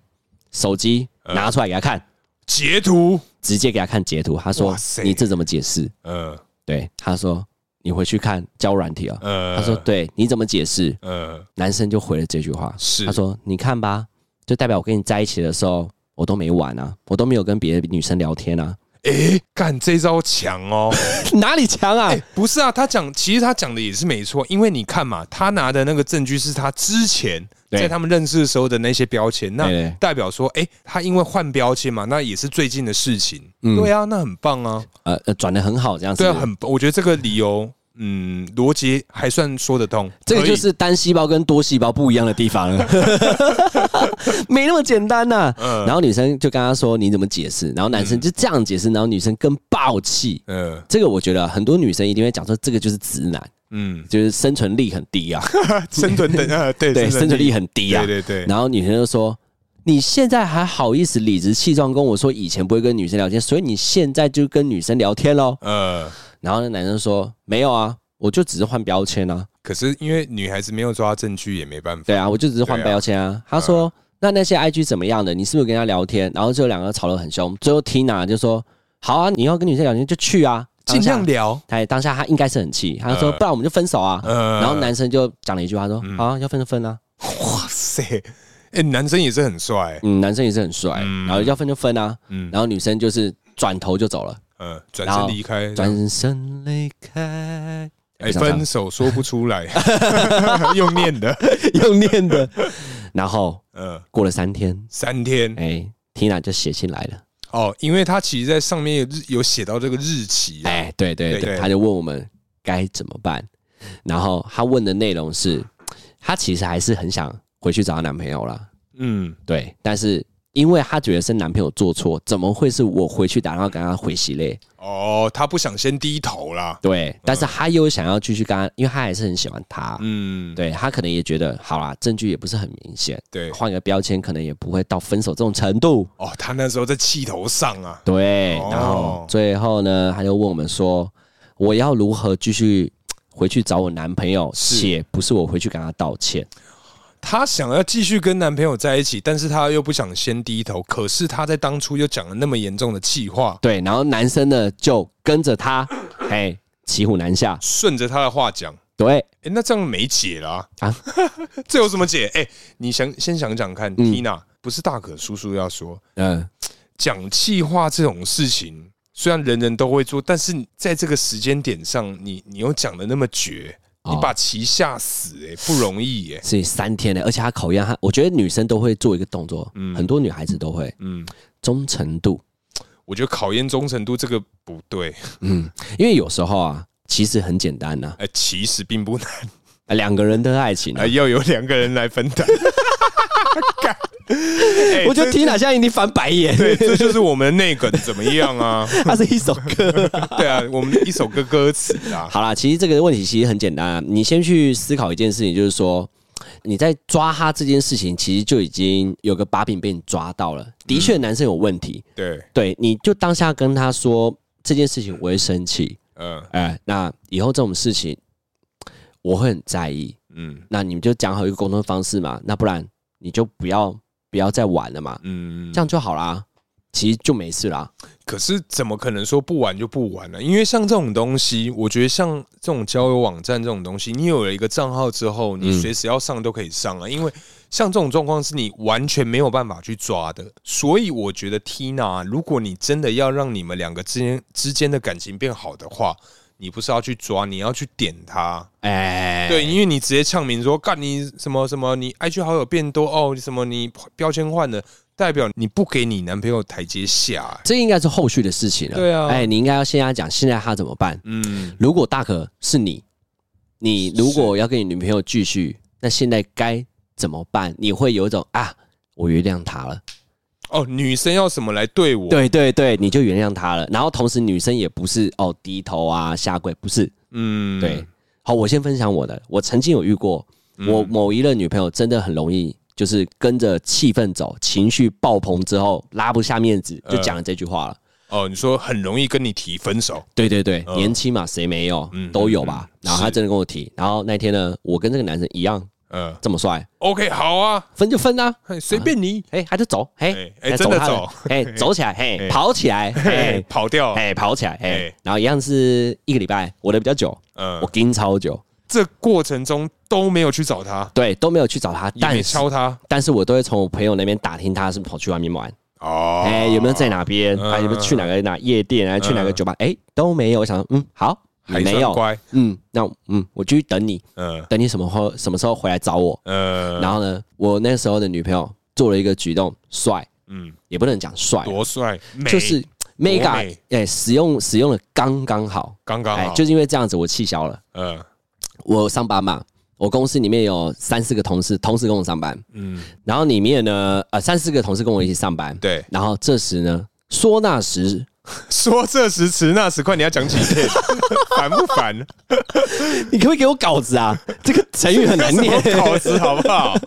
Speaker 2: 手机
Speaker 1: 呃
Speaker 2: 拿出来给他看，
Speaker 1: 截图，
Speaker 2: 直接给他看截图。他说
Speaker 1: 哇：“塞
Speaker 2: 你这怎么解释
Speaker 1: 呃？”
Speaker 2: 对，他说：“你回去看交友软体啊。”
Speaker 1: 呃，
Speaker 2: 他说：“对，你怎么解释
Speaker 1: 呃？”
Speaker 2: 男生就回了这句话，
Speaker 1: 是，
Speaker 2: 他说：“你看吧，就代表我跟你在一起的时候，我都没玩啊，我都没有跟别的女生聊天啊，
Speaker 1: 哎，干这招强哦，
Speaker 2: <laughs> 哪里强啊？”
Speaker 1: 哎，不是啊，他讲其实他讲的也是没错，因为你看嘛，他拿的那个证据是他之前
Speaker 2: 对
Speaker 1: 在他们认识的时候的那些标签，那
Speaker 2: 对对
Speaker 1: 代表说，哎，他因为换标签嘛，那也是最近的事情，
Speaker 2: 嗯
Speaker 1: 对啊，那很棒啊，
Speaker 2: 呃呃，转的很好，这样子。
Speaker 1: 对啊，很，我觉得这个理由，嗯，逻辑还算说得通，
Speaker 2: 这个
Speaker 1: 可以
Speaker 2: 就是单细胞跟多细胞不一样的
Speaker 1: <laughs>
Speaker 2: 地方了，没那么简单呐、
Speaker 1: 嗯
Speaker 2: 然后女生就跟他说：“你怎么解释？”然后男生就这样解释，然后女生更暴气。
Speaker 1: 呃
Speaker 2: 这个我觉得很多女生一定会讲说，这个就是直男， <laughs>
Speaker 1: 嗯，
Speaker 2: 就是生存力很低啊，
Speaker 1: 生存等啊， <laughs> 对
Speaker 2: 对，生存力很低啊。
Speaker 1: 对对对，
Speaker 2: 然后女生就说：“你现在还好意思理直气壮跟我说以前不会跟女生聊天，所以你现在就跟女生聊天喽
Speaker 1: 呃，？”
Speaker 2: 然后那男生说：“没有啊，我就只是换标签啊。”
Speaker 1: 可是因为女孩子没有抓证据也没办法，
Speaker 2: 对啊，我就只是换标签
Speaker 1: 嗯
Speaker 2: 啊。他说、那那些 IG 怎么样的？你是不是跟他聊天？然后就两个吵得很凶，最后 Tina 就说：“好啊，你要跟女生聊天就去啊，
Speaker 1: 尽量
Speaker 2: 聊。”
Speaker 1: 聊，
Speaker 2: 他当下他应该是很气，他说：“
Speaker 1: 嗯
Speaker 2: 不然我们就分手啊。
Speaker 1: 呃，
Speaker 2: 然后男生就讲了一句话说：“好啊、要分就分啊。
Speaker 1: 哇塞，哎，男生也是很帅”，
Speaker 2: 嗯，男生也是很帅，
Speaker 1: 嗯
Speaker 2: 然后要分就分啊。
Speaker 1: 嗯
Speaker 2: 然后女生就是转头就走了，
Speaker 1: 嗯，转
Speaker 2: 然后
Speaker 1: 身离开，
Speaker 2: 转身离开， <laughs>
Speaker 1: 哎，分手说不出来，用念的，
Speaker 2: 用念的。然后
Speaker 1: 嗯，
Speaker 2: 过了三天，
Speaker 1: 三天
Speaker 2: 哎，Tina 就写信来了。
Speaker 1: 哦，因为他其实在上面有日有写到这个日期啊，
Speaker 2: 哎，对对
Speaker 1: 对
Speaker 2: 对，
Speaker 1: 对
Speaker 2: 他就问我们该怎么办，然后他问的内容是，她其实还是很想回去找她男朋友啦，
Speaker 1: 嗯，
Speaker 2: 对，但是因为她觉得是男朋友做错，怎么会是我回去打电话跟他回息嘞？
Speaker 1: 哦，他不想先低头啦，
Speaker 2: 对，但是她又想要继续跟他，因为她还是很喜欢他，
Speaker 1: 嗯，
Speaker 2: 对她可能也觉得好啦，证据也不是很明显，
Speaker 1: 对，
Speaker 2: 换个标签可能也不会到分手这种程度，
Speaker 1: 哦，他那时候在气头上啊，
Speaker 2: 对，
Speaker 1: 哦
Speaker 2: 然后最后呢，他就问我们说，我要如何继续回去找我男朋友，
Speaker 1: 是
Speaker 2: 且不是我回去跟他道歉。
Speaker 1: 她想要继续跟男朋友在一起，但是她又不想先低头。可是她在当初又讲了那么严重的气话，
Speaker 2: 对，然后男生呢就跟
Speaker 1: <laughs>
Speaker 2: 着他，哎，骑虎难下。
Speaker 1: 顺着她的话讲，
Speaker 2: 对，
Speaker 1: 哎、那这样没解啦啊
Speaker 2: 啊！
Speaker 1: <laughs> 这有什么解？哎、你想先想想看、
Speaker 2: 嗯
Speaker 1: t i n a 不是大可叔叔要说
Speaker 2: 嗯，
Speaker 1: 讲气话这种事情，虽然人人都会做，但是你在这个时间点上，你你又讲的那么绝，
Speaker 2: 哦
Speaker 1: 你把棋吓死、哎，不容易、耶。
Speaker 2: 所以三天呢，而且他考验他，我觉得女生都会做一个动作，很多女孩子都会
Speaker 1: 嗯，
Speaker 2: 忠诚度，
Speaker 1: 我觉得考验忠诚度这个不对，
Speaker 2: 嗯，因为有时候啊，其实很简单呐、
Speaker 1: 哎、其实并
Speaker 2: <laughs>
Speaker 1: 不难。
Speaker 2: 啊，两个人的爱情、啊
Speaker 1: 哎，，要有两个人来分
Speaker 2: <laughs>
Speaker 1: 担。干哎
Speaker 2: 我觉得
Speaker 1: 这
Speaker 2: Tina 现在已经翻白眼， <laughs>
Speaker 1: 对，这就是我们的内梗怎么样啊？
Speaker 2: 它是一首歌、
Speaker 1: <laughs> 对啊，我们一首歌歌词
Speaker 2: <laughs>
Speaker 1: 啊，
Speaker 2: 好啦，其实这个问题其实很简单啊，你先去思考一件事情，就是说你在抓他这件事情，其实就已经有个把柄被你抓到了。的确，男生有问题，
Speaker 1: 对，
Speaker 2: 对，你就当下跟他说这件事情我会生气，
Speaker 1: 嗯
Speaker 2: 哎、那以后这种事情我会很在意。
Speaker 1: 嗯
Speaker 2: 那你们就讲好一个沟通方式嘛，那不然你就不要不要再玩了嘛，
Speaker 1: 嗯
Speaker 2: 这，样就好啦，其实就没事啦。
Speaker 1: 可是怎么可能说不玩就不玩呢？因为像这种东西，我觉得像这种交友网站这种东西，你有了一个账号之后，你
Speaker 2: 嗯
Speaker 1: 随时要上都可以上啊。因为像这种状况是你完全没有办法去抓的，所以我觉得 Tina，如果你真的要让你们两个之间之间的感情变好的话，你不是要去抓，你要去点他。
Speaker 2: 哎、
Speaker 1: 对，因为你直接呛明说，干你什么什么，你 IG 好友变多哦，你什么你标签换了，代表你不给你男朋友台阶下、欸
Speaker 2: 这应该是后续的事情了。
Speaker 1: 对啊
Speaker 2: 哎，你应该要先跟他讲，现在他怎么办？
Speaker 1: 嗯，
Speaker 2: 如果大可是你，你如果要跟你女朋友继续，那现在该怎么办？你会有一种啊，我原谅他了，
Speaker 1: 哦，女生要什么来对我？
Speaker 2: 对对对，你就原谅他了。然后同时女生也不是哦低头啊下跪，不是
Speaker 1: 嗯，
Speaker 2: 对。好，我先分享我的，我曾经有遇过，我某一任女朋友真的很容易。就是跟着气氛走，情绪爆棚之后拉不下面子，就讲了这句话了。
Speaker 1: 哦，你说很容易跟你提分手，
Speaker 2: 对对对，年轻嘛，谁没有，都有吧。然后他真的跟我提，然后那天呢，我跟这个男生一样
Speaker 1: 嗯
Speaker 2: 这么帅，
Speaker 1: ，OK，好啊，
Speaker 2: 分就分啊，
Speaker 1: 嘿随便你，
Speaker 2: 哎，他就走，
Speaker 1: 哎
Speaker 2: 嘿，
Speaker 1: 哎
Speaker 2: 他
Speaker 1: 真的
Speaker 2: 他
Speaker 1: 走
Speaker 2: 哎，走起来，
Speaker 1: 哎
Speaker 2: 嘿，跑起来，
Speaker 1: 嘿
Speaker 2: 嘿，
Speaker 1: 跑掉，
Speaker 2: 哎，跑起来，
Speaker 1: 哎
Speaker 2: 哎，然后一样是一个礼拜，我的比较久，
Speaker 1: 嗯
Speaker 2: 我，盯超久，
Speaker 1: 这过程中都没有去找他，
Speaker 2: 对，都没有去找他，
Speaker 1: 也没
Speaker 2: 但是
Speaker 1: 敲他，
Speaker 2: 但是我都会从我朋友那边打听他是不是跑去外面玩，
Speaker 1: 哦，
Speaker 2: 哎，有没有在哪边，
Speaker 1: 嗯
Speaker 2: 啊，有没有去哪个哪夜店，啊，去哪个酒吧，哎，都没有，我想，嗯，好，
Speaker 1: 还
Speaker 2: 没
Speaker 1: 算
Speaker 2: 有，
Speaker 1: 乖，
Speaker 2: 嗯，那嗯，我继续等你，
Speaker 1: 嗯
Speaker 2: 等你什么后什么时候回来找我。
Speaker 1: 呃，
Speaker 2: 然后呢，我那时候的女朋友做了一个举动，帅
Speaker 1: 嗯，
Speaker 2: 也不能讲帅，
Speaker 1: 多帅，美
Speaker 2: 就是
Speaker 1: 美
Speaker 2: mega 哎、使用使用的刚刚好，
Speaker 1: 刚刚
Speaker 2: 哎、
Speaker 1: 好，
Speaker 2: 就是因为这样子我气消了。
Speaker 1: 嗯
Speaker 2: 我上班嘛，我公司里面有三四个同事，同事跟我上班，
Speaker 1: 嗯，
Speaker 2: 然后里面呢，呃，三四个同事跟我一起上班，
Speaker 1: 对，
Speaker 2: 然后这时呢，说那时
Speaker 1: 说这时迟那时快，你要讲几
Speaker 2: <laughs>
Speaker 1: 遍，烦不烦？
Speaker 2: 你可不可以给我稿子
Speaker 1: <laughs>
Speaker 2: 啊？这个成语很难
Speaker 1: 什么
Speaker 2: 念，
Speaker 1: 稿子好不好？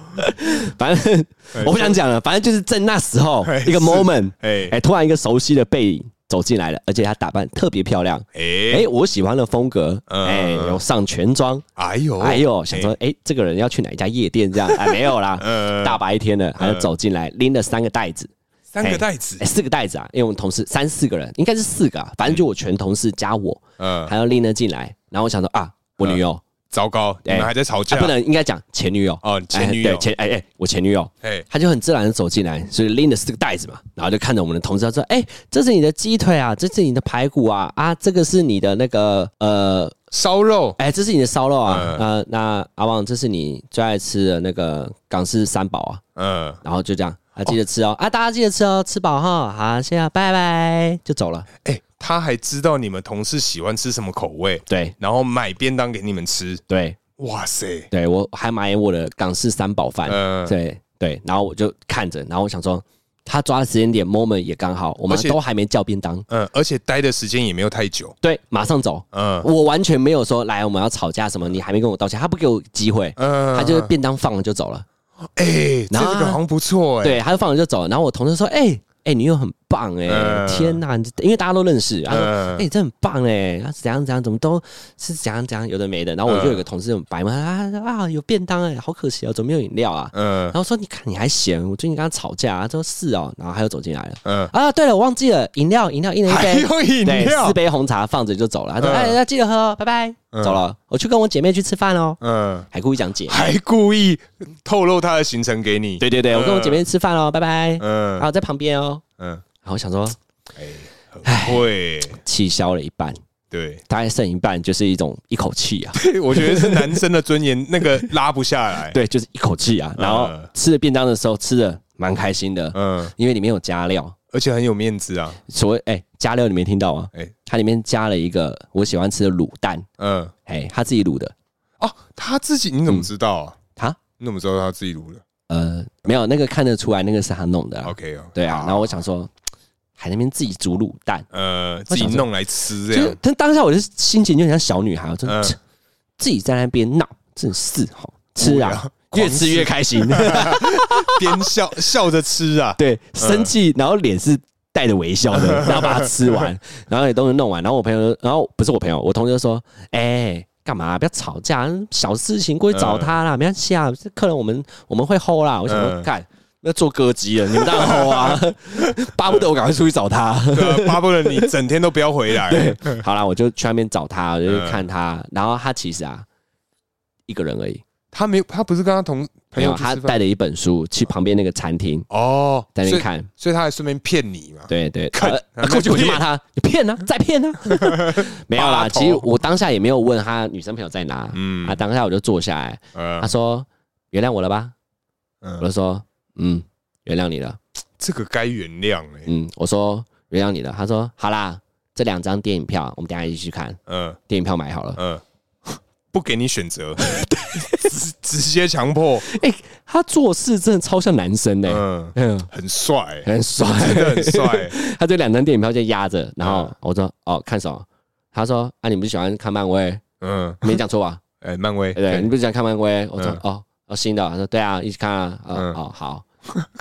Speaker 2: 反正
Speaker 1: 哎
Speaker 2: 我不想讲了，反正就是在那时候
Speaker 1: 哎
Speaker 2: 一个
Speaker 1: 是
Speaker 2: moment，
Speaker 1: 哎
Speaker 2: 哎，突然一个熟悉的背影走进来了，而且她打扮特别漂亮，
Speaker 1: 哎
Speaker 2: <laughs> 哎，我喜欢的风格，
Speaker 1: 嗯
Speaker 2: 哎，有上全妆，
Speaker 1: 哎呦
Speaker 2: 哎呦，想说，哎，这个人要去哪一家夜店
Speaker 1: <laughs>
Speaker 2: 这样？哎，没有啦，
Speaker 1: 呃
Speaker 2: 大白天的，他就走进来，拎了三个袋子，
Speaker 1: 三个袋子
Speaker 2: 哎，，四个袋子啊，因为我们同事三四个人，应该是四个啊，反正就我全同事加我，
Speaker 1: 嗯，
Speaker 2: 还要拎了进来，然后我想说啊，我女友，
Speaker 1: 糟糕，你
Speaker 2: 哎
Speaker 1: 们还在吵
Speaker 2: 啊
Speaker 1: 架，
Speaker 2: 不能应该讲前女友
Speaker 1: 哦前女友
Speaker 2: 哎对前哎哎，我前女友，
Speaker 1: 哎
Speaker 2: 他就很自然的走进来，所以拎着四个袋子嘛，然后就看着我们的同事，他说：“哎、这是你的鸡腿啊，这是你的排骨啊，啊，这个是你的那个呃，
Speaker 1: 烧肉，
Speaker 2: 哎、这是你的烧肉啊
Speaker 1: 嗯，
Speaker 2: 呃，那阿旺，这是你最爱吃的那个港式三宝啊。
Speaker 1: 嗯”，
Speaker 2: 然后就这样，啊，记得吃哦，啊，大家记得吃哦，吃饱哈，好，谢谢，拜拜，就走了。
Speaker 1: 哎，他还知道你们同事喜欢吃什么口味，
Speaker 2: 对
Speaker 1: 然后买便当给你们吃，
Speaker 2: 对
Speaker 1: 哇塞，
Speaker 2: 对，我还买我的港式三宝饭，
Speaker 1: 嗯
Speaker 2: 对对，然后我就看着，然后我想说，他抓的时间点 moment 也刚好，我们
Speaker 1: 而且
Speaker 2: 都还没叫便当，
Speaker 1: 嗯，而且待的时间也没有太久，
Speaker 2: 对，马上走。
Speaker 1: 嗯
Speaker 2: 我完全没有说来我们要吵架什么，你还没跟我道歉，他不给我机会，
Speaker 1: 嗯，
Speaker 2: 他就是便当放了就走了，
Speaker 1: 哎，这
Speaker 2: 然后
Speaker 1: 个好像不错哎，
Speaker 2: 对，他就放了就走了。然后我同事说：“哎、哎、你又很棒哎、
Speaker 1: 嗯
Speaker 2: 天哪！”你因为大家都认识，他说：“哎、
Speaker 1: 嗯
Speaker 2: 你这很棒哎、啊怎样怎样，怎么都是怎样怎样，有的没的。”然后我就有
Speaker 1: 嗯
Speaker 2: 个同事很白嘛，啊啊，有便当哎、好可惜哦，怎么没有饮料啊？
Speaker 1: 嗯
Speaker 2: 然后说：“你看你还嫌我最近跟他吵架、啊，他说是哦。”然后他又走进来了。
Speaker 1: 嗯，
Speaker 2: 啊，对了，我忘记了，饮料，饮料，一人一
Speaker 1: 还
Speaker 2: 杯，
Speaker 1: 有饮
Speaker 2: 对，
Speaker 1: 料
Speaker 2: 四，杯红茶放着就走了。他说：“
Speaker 1: 嗯
Speaker 2: 哎，那记得喝哦，拜拜。”
Speaker 1: 嗯
Speaker 2: 走了，我去跟我姐妹去吃饭哦，
Speaker 1: 嗯，
Speaker 2: 还故意讲姐妹。
Speaker 1: 还故意透露他的行程给你，
Speaker 2: 对对对，我跟我姐妹去吃饭哦，拜拜。
Speaker 1: 嗯，
Speaker 2: 然后在旁边哦，
Speaker 1: 嗯，
Speaker 2: 然后我想说
Speaker 1: 哎，很会，
Speaker 2: 气消了一半，
Speaker 1: 对，
Speaker 2: 大概剩一半就是一种一口气啊，
Speaker 1: 我觉得是男生的尊严，那个拉不下来，，
Speaker 2: <laughs> 对，就是一口气啊。然后吃了便当的时候吃的蛮开心的，
Speaker 1: 嗯，
Speaker 2: 因为里面有加料。
Speaker 1: 而且很有面子啊，
Speaker 2: 所谓哎加料你没听到吗？
Speaker 1: 哎，
Speaker 2: 它里面加了一个我喜欢吃的卤蛋，
Speaker 1: 嗯，
Speaker 2: 哎，他自己卤的
Speaker 1: 哦，他自己你怎么知道啊？
Speaker 2: 啊，
Speaker 1: 你怎么知道他自己卤的
Speaker 2: 呃，没有那个看得出来那个是他弄的啊，
Speaker 1: ？OK 哦，
Speaker 2: 对啊。
Speaker 1: 好
Speaker 2: 然后我想说，还在那边自己煮卤蛋。
Speaker 1: 呃，自己弄来吃
Speaker 2: 就
Speaker 1: 这
Speaker 2: 是
Speaker 1: 样，，
Speaker 2: 但当下我的心情就很像小女孩，我真的、
Speaker 1: 啊嗯
Speaker 2: 自己在那边闹，真是哈， <laughs> 吃
Speaker 1: <laughs>
Speaker 2: 啊，
Speaker 1: 无聊
Speaker 2: 越吃越开心，
Speaker 1: 哦边笑 <laughs> 笑着吃啊，
Speaker 2: 对，生气，然后脸是带着微笑的，
Speaker 1: <laughs>
Speaker 2: 然后把它吃完，然后也都能弄完，然后我朋友就，然后不是我朋友，我同学就说，哎、干嘛、不要吵架，小事情过去找他啦，没关系啊，这客人我们我们会 hold 啦。我想说，
Speaker 1: 嗯
Speaker 2: 干、那做歌姬了，你们当然 hold
Speaker 1: <laughs>
Speaker 2: 啊，巴不得我赶快出去找他。
Speaker 1: 对啊，巴不得你整天都不要回来，
Speaker 2: 好啦，我就去那边找他，我就去看
Speaker 1: 嗯
Speaker 2: 他，然后他其实啊，一个人而已，
Speaker 1: 他没有，他不是跟他同朋
Speaker 2: 没有，
Speaker 1: 友去
Speaker 2: 他
Speaker 1: 吃
Speaker 2: 带
Speaker 1: 饭
Speaker 2: 了一本书去旁边那个餐厅
Speaker 1: 哦，
Speaker 2: 在那
Speaker 1: 所
Speaker 2: 边
Speaker 1: 以
Speaker 2: 看。
Speaker 1: 所以他还顺便骗你嘛，
Speaker 2: 对对，
Speaker 1: 看
Speaker 2: 呃
Speaker 1: 还
Speaker 2: 过去我就
Speaker 1: 骗
Speaker 2: 骂他，你
Speaker 1: <laughs>
Speaker 2: 骗啊，再骗啊，没有
Speaker 1: 拔
Speaker 2: 啦。
Speaker 1: 头
Speaker 2: 其实我当下也没有问他女生朋友在哪，
Speaker 1: 嗯
Speaker 2: 啊，当下我就坐下来，他
Speaker 1: 呃，
Speaker 2: 说原谅我了吧，
Speaker 1: 嗯
Speaker 2: 我就说嗯，原谅你了，
Speaker 1: 这个该原谅哎，
Speaker 2: 嗯，我说原谅你了，他说好啦，这两张电影票我们等一下一起去看，
Speaker 1: 嗯 <laughs>
Speaker 2: 电影票买好了，
Speaker 1: 嗯，不给你选择， <laughs> 直直接强迫，
Speaker 2: 哎、他做事真的超像男生的、
Speaker 1: 嗯，
Speaker 2: 嗯，
Speaker 1: 很帅、欸
Speaker 2: 很帅，
Speaker 1: 真的很帅。
Speaker 2: <laughs>
Speaker 1: 欸
Speaker 2: 他这两张电影票就压着，然后
Speaker 1: 嗯
Speaker 2: 我说哦看什么？他说啊你不是喜欢看漫威？
Speaker 1: 嗯，
Speaker 2: 没讲错吧？
Speaker 1: 哎，漫威，
Speaker 2: 对，你不是喜欢看漫威？我说
Speaker 1: 嗯
Speaker 2: 哦哦新的，他说对啊，一起看啊，哦
Speaker 1: 嗯
Speaker 2: 哦好。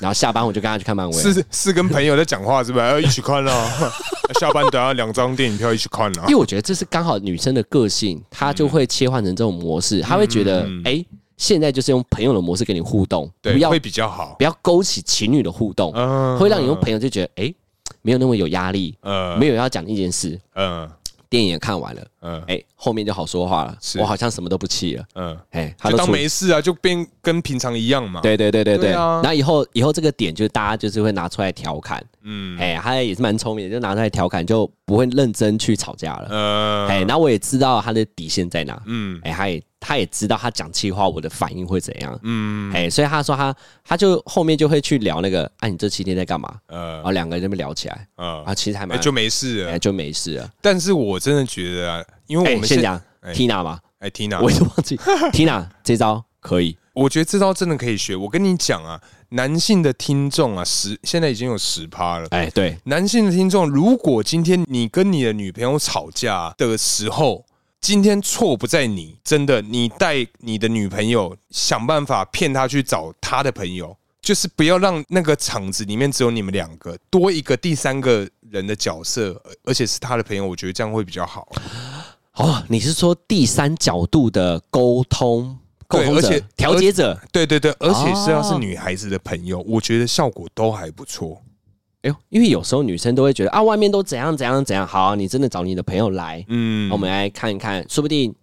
Speaker 2: 然后下班我就跟他去看漫威，啊
Speaker 1: 是是跟朋友在讲话是吧？要 <laughs> 一起看啊， <laughs> 下班等下两张电影票一起看啊
Speaker 2: <laughs> 因。为我觉得这是刚好女生的个性，她就会切换成这种模式，她会觉得
Speaker 1: 嗯
Speaker 2: 哎、诶现在就是用朋友的模式跟你互动，不
Speaker 1: 对，
Speaker 2: 要
Speaker 1: 会比较好
Speaker 2: 不。要勾起情侣的互动，
Speaker 1: 嗯
Speaker 2: 会让你用朋友就觉得哎、诶没有那么有压力，
Speaker 1: 呃
Speaker 2: 没有要讲一件事，
Speaker 1: 嗯
Speaker 2: 电影也看完了，
Speaker 1: 嗯
Speaker 2: 哎、后面就好说话了，
Speaker 1: 是
Speaker 2: 我好像什么都不气了，
Speaker 1: 嗯，
Speaker 2: 哎、他
Speaker 1: 就
Speaker 2: 都
Speaker 1: 当
Speaker 2: 处
Speaker 1: 没事啊，就变跟平常一样嘛。，
Speaker 2: 对对对对对，
Speaker 1: 对啊
Speaker 2: 然后以后以后这个点就是大家就是会拿出来调侃，
Speaker 1: 嗯
Speaker 2: 哎、他也是蛮聪明的，就拿出来调侃，就不会认真去吵架了，
Speaker 1: 呃
Speaker 2: 哎、那我也知道他的底线在哪，
Speaker 1: 嗯
Speaker 2: 哎、他也他也知道他讲气话我的反应会怎样，
Speaker 1: 嗯
Speaker 2: 哎、所以他说他他就后面就会去聊那个，啊，你这七天在干嘛？然
Speaker 1: 呃
Speaker 2: 后两个人在那边聊起来，啊，
Speaker 1: 呃，
Speaker 2: 其实还
Speaker 1: 哎
Speaker 2: 蛮、
Speaker 1: 就没事
Speaker 2: 哎、
Speaker 1: 了。
Speaker 2: 就没事了。
Speaker 1: 但是我真的觉得啊，因为
Speaker 2: 哎、
Speaker 1: 我们
Speaker 2: 先
Speaker 1: 现
Speaker 2: 讲、
Speaker 1: 哎
Speaker 2: Tina 嘛，
Speaker 1: 哎，Tina，
Speaker 2: 我一直忘记 Tina 这招可以，
Speaker 1: 我觉得这招真的可以学。我跟你讲啊，男性的听众啊，十现在已经有十趴了。
Speaker 2: 哎、对，
Speaker 1: 男性的听众，如果今天你跟你的女朋友吵架的时候，今天错不在你，真的，你带你的女朋友想办法骗她去找她的朋友，就是不要让那个场子里面只有你们两个，多一个第三个人的角色，而而且是她的朋友，我觉得这样会比较好。
Speaker 2: 哦，你是说第三角度的沟通沟
Speaker 1: 对
Speaker 2: 通
Speaker 1: 而
Speaker 2: 者
Speaker 1: 且、
Speaker 2: 调节者？
Speaker 1: 对对对，而且是要是
Speaker 2: 哦
Speaker 1: 女孩子的朋友，我觉得效果都还不错。
Speaker 2: 哎呦，因为有时候女生都会觉得啊，外面都怎样怎样怎样，好、你真的找你的朋友来，
Speaker 1: 嗯
Speaker 2: 我们来看一看，说不定。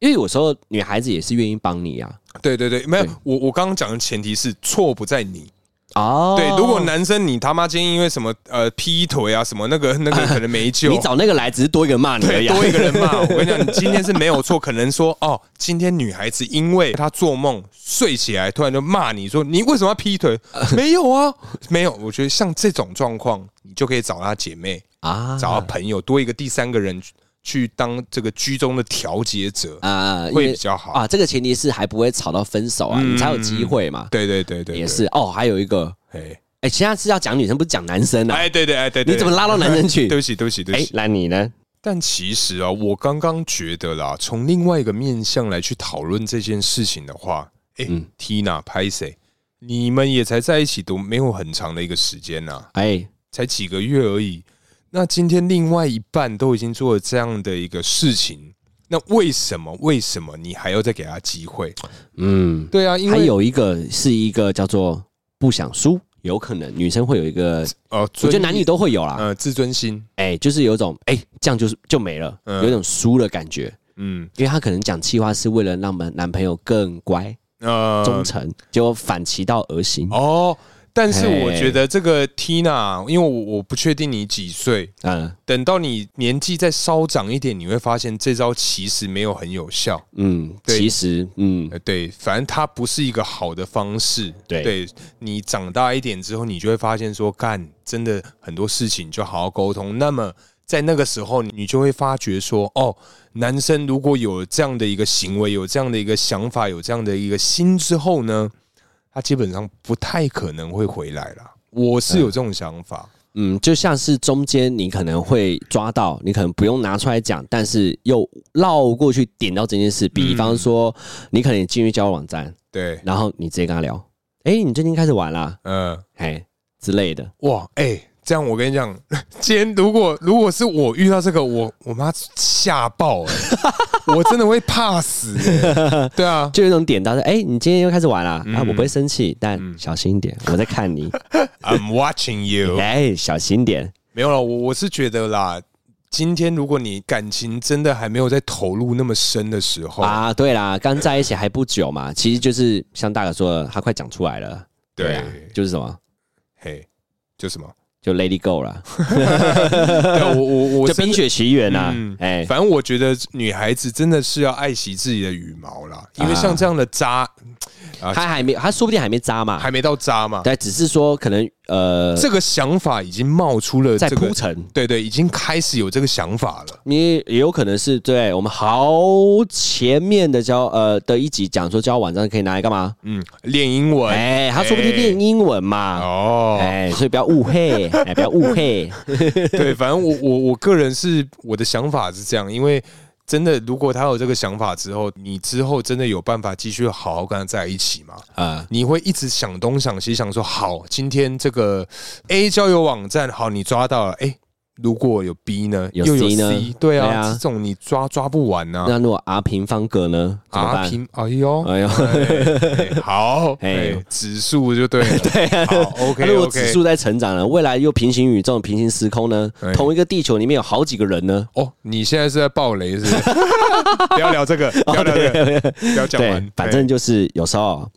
Speaker 2: 因为有时候女孩子也是愿意帮你啊。
Speaker 1: 对对对，没有
Speaker 2: 对，
Speaker 1: 我我刚刚讲的前提是错不在你，
Speaker 2: 哦，
Speaker 1: 对，如果男生你他妈今天因为什么呃劈腿啊什么那个那个可能没救，
Speaker 2: <laughs> 你找那个来，只是多一个人骂你而
Speaker 1: 对
Speaker 2: 已啊、
Speaker 1: 多一个人骂，我跟你讲，你今天是没有错，可能说哦，今天女孩子因为她做梦睡起来，突然就骂你说你为什么要劈腿？没有啊，没有。我觉得像这种状况，你就可以找她姐妹，
Speaker 2: 啊
Speaker 1: 找她朋友，多一个第三个人去去当这个居中的调节者，
Speaker 2: 啊，因为
Speaker 1: 会比较好。
Speaker 2: 啊。这个前提是还不会吵到分手啊，
Speaker 1: 嗯
Speaker 2: 你才有机会嘛。
Speaker 1: 对对对对，对
Speaker 2: 也，是哦，还有一个，
Speaker 1: 哎
Speaker 2: 哎，现在是要讲女生，不是讲男生啊？
Speaker 1: 哎，对对哎对，对
Speaker 2: 你怎么？拉到男生去
Speaker 1: <laughs> 对？不起对不起对不
Speaker 2: 哎
Speaker 1: 起，，
Speaker 2: 来你呢？
Speaker 1: 但其实啊，我刚刚觉得啦，从另外一个面向来去讨论这件事情的话，哎、
Speaker 2: 嗯
Speaker 1: t i n a 拍谁？你们也才在一起都没有很长的一个时间呐、
Speaker 2: 哎，
Speaker 1: 才几个月而已。那今天另外一半都已经做了这样的一个事情，那为什么为什么你还要再给他机会？
Speaker 2: 嗯，
Speaker 1: 对啊，因
Speaker 2: 还
Speaker 1: 为
Speaker 2: 有一个是一个叫做不想输，有可能女生会有一个，
Speaker 1: 呃，
Speaker 2: 我
Speaker 1: 尊
Speaker 2: 觉得男女啊都会有啦。
Speaker 1: 呃自尊心，
Speaker 2: 哎、就是有一种哎、这样就是就没了，
Speaker 1: 嗯
Speaker 2: 有一种输的感觉。
Speaker 1: 嗯
Speaker 2: 因为她可能讲气话是为了让我们男朋友更乖、
Speaker 1: 呃
Speaker 2: 忠诚，结果反其道而行。
Speaker 1: 哦。但是我
Speaker 2: 嘿
Speaker 1: 觉得这个 Tina，因为我我不确定你几岁，
Speaker 2: 嗯
Speaker 1: 等到你年纪再稍长一点，你会发现这招其实没有很有效。
Speaker 2: 嗯，
Speaker 1: 对
Speaker 2: 其实嗯，
Speaker 1: 呃，对，反正它不是一个好的方式。
Speaker 2: 对
Speaker 1: 你长大一点之后，你就会发现说，干，真的很多事情就好好沟通。那么在那个时候，你就会发觉说，哦，男生如果有这样的一个行为，有这样的一个想法，有这样的一个心之后呢，他基本上不太可能会回来了。我是有这种想法，
Speaker 2: 嗯，就像是中间你可能会抓到，你可能不用拿出来讲，但是又绕过去点到这件事。比方说，你可能进入交友网站，
Speaker 1: 对，
Speaker 2: 然后你直接跟他聊，哎、你最近开始玩啦、
Speaker 1: 嗯、
Speaker 2: 哎之类的，
Speaker 1: 哇，哎、这样我跟你讲， <laughs> 今天如果如果是我遇到这个，我我妈吓爆、
Speaker 2: <laughs>
Speaker 1: 哎我真的会怕死、哎对啊，
Speaker 2: 就有一种点到的，哎、你今天又开始玩啦、啊，我不会生气，但
Speaker 1: 嗯
Speaker 2: 小心一点，我在
Speaker 1: <laughs>
Speaker 2: 看你，
Speaker 1: I'm watching you。
Speaker 2: 哎、小心一点，
Speaker 1: 没有了，我我是觉得啦，今天如果你感情真的还没有在投入那么深的时候，
Speaker 2: 啊，对啦，刚在一起还不久嘛，其实就是像大哥说的，他快讲出来了，
Speaker 1: 对，
Speaker 2: 啊，就是什么，
Speaker 1: 嘿，就什么，
Speaker 2: 就 Lady Go 啦，
Speaker 1: 对啊我我我
Speaker 2: <laughs> 就《
Speaker 1: 真
Speaker 2: 冰
Speaker 1: 的。
Speaker 2: 雪奇缘》啊
Speaker 1: 嗯，
Speaker 2: 哎、
Speaker 1: 反正我觉得女孩子真的是要爱惜自己的羽毛啦，
Speaker 2: 啊
Speaker 1: 因为像这样的渣
Speaker 2: 他还没，他说不定还没扎嘛，
Speaker 1: 还没到渣嘛，
Speaker 2: 对，只是说可能呃，
Speaker 1: 这个想法已经冒出了，
Speaker 2: 在
Speaker 1: 这个
Speaker 2: 铺陈，
Speaker 1: 对对，已经开始有这个想法了。
Speaker 2: 也也有可能是对我们好前面的教呃的一集讲说教网站可以拿来干嘛？
Speaker 1: 嗯，练英文、
Speaker 2: 哎，他说不定练英文嘛。
Speaker 1: 哦，
Speaker 2: 哎，所以不要误会，
Speaker 1: <laughs>
Speaker 2: 哎，不要误会。
Speaker 1: 对，反正我我我个人是我的想法是这样，因为真的，如果他有这个想法之后，你之后真的有办法继续好好跟他在一起吗？
Speaker 2: 啊，
Speaker 1: 你会一直想东想西，想说好，今天这个 A 交友网站好，你抓到了，哎、如果有 B 呢，
Speaker 2: 有
Speaker 1: 又
Speaker 2: C 呢
Speaker 1: 对啊，
Speaker 2: 对啊
Speaker 1: 这种你抓抓不完呐、啊。
Speaker 2: 那如果 R 平方格呢？怎么办？
Speaker 1: 平，哎呦，
Speaker 2: 哎呦，
Speaker 1: <laughs> 哎哎好，
Speaker 2: 哎
Speaker 1: 哎，指数就对了，对、好
Speaker 2: <laughs> 那
Speaker 1: ，OK，
Speaker 2: 如果
Speaker 1: OK
Speaker 2: 指数在成长了，未来又平行宇宙、平行时空呢
Speaker 1: 哎？
Speaker 2: 同一个地球里面有好几个人呢？
Speaker 1: 哦，你现在是在爆雷是不是？ <laughs> 不要聊这 <laughs> 个，不要聊这个，不要讲完
Speaker 2: 对，，反正就是有时候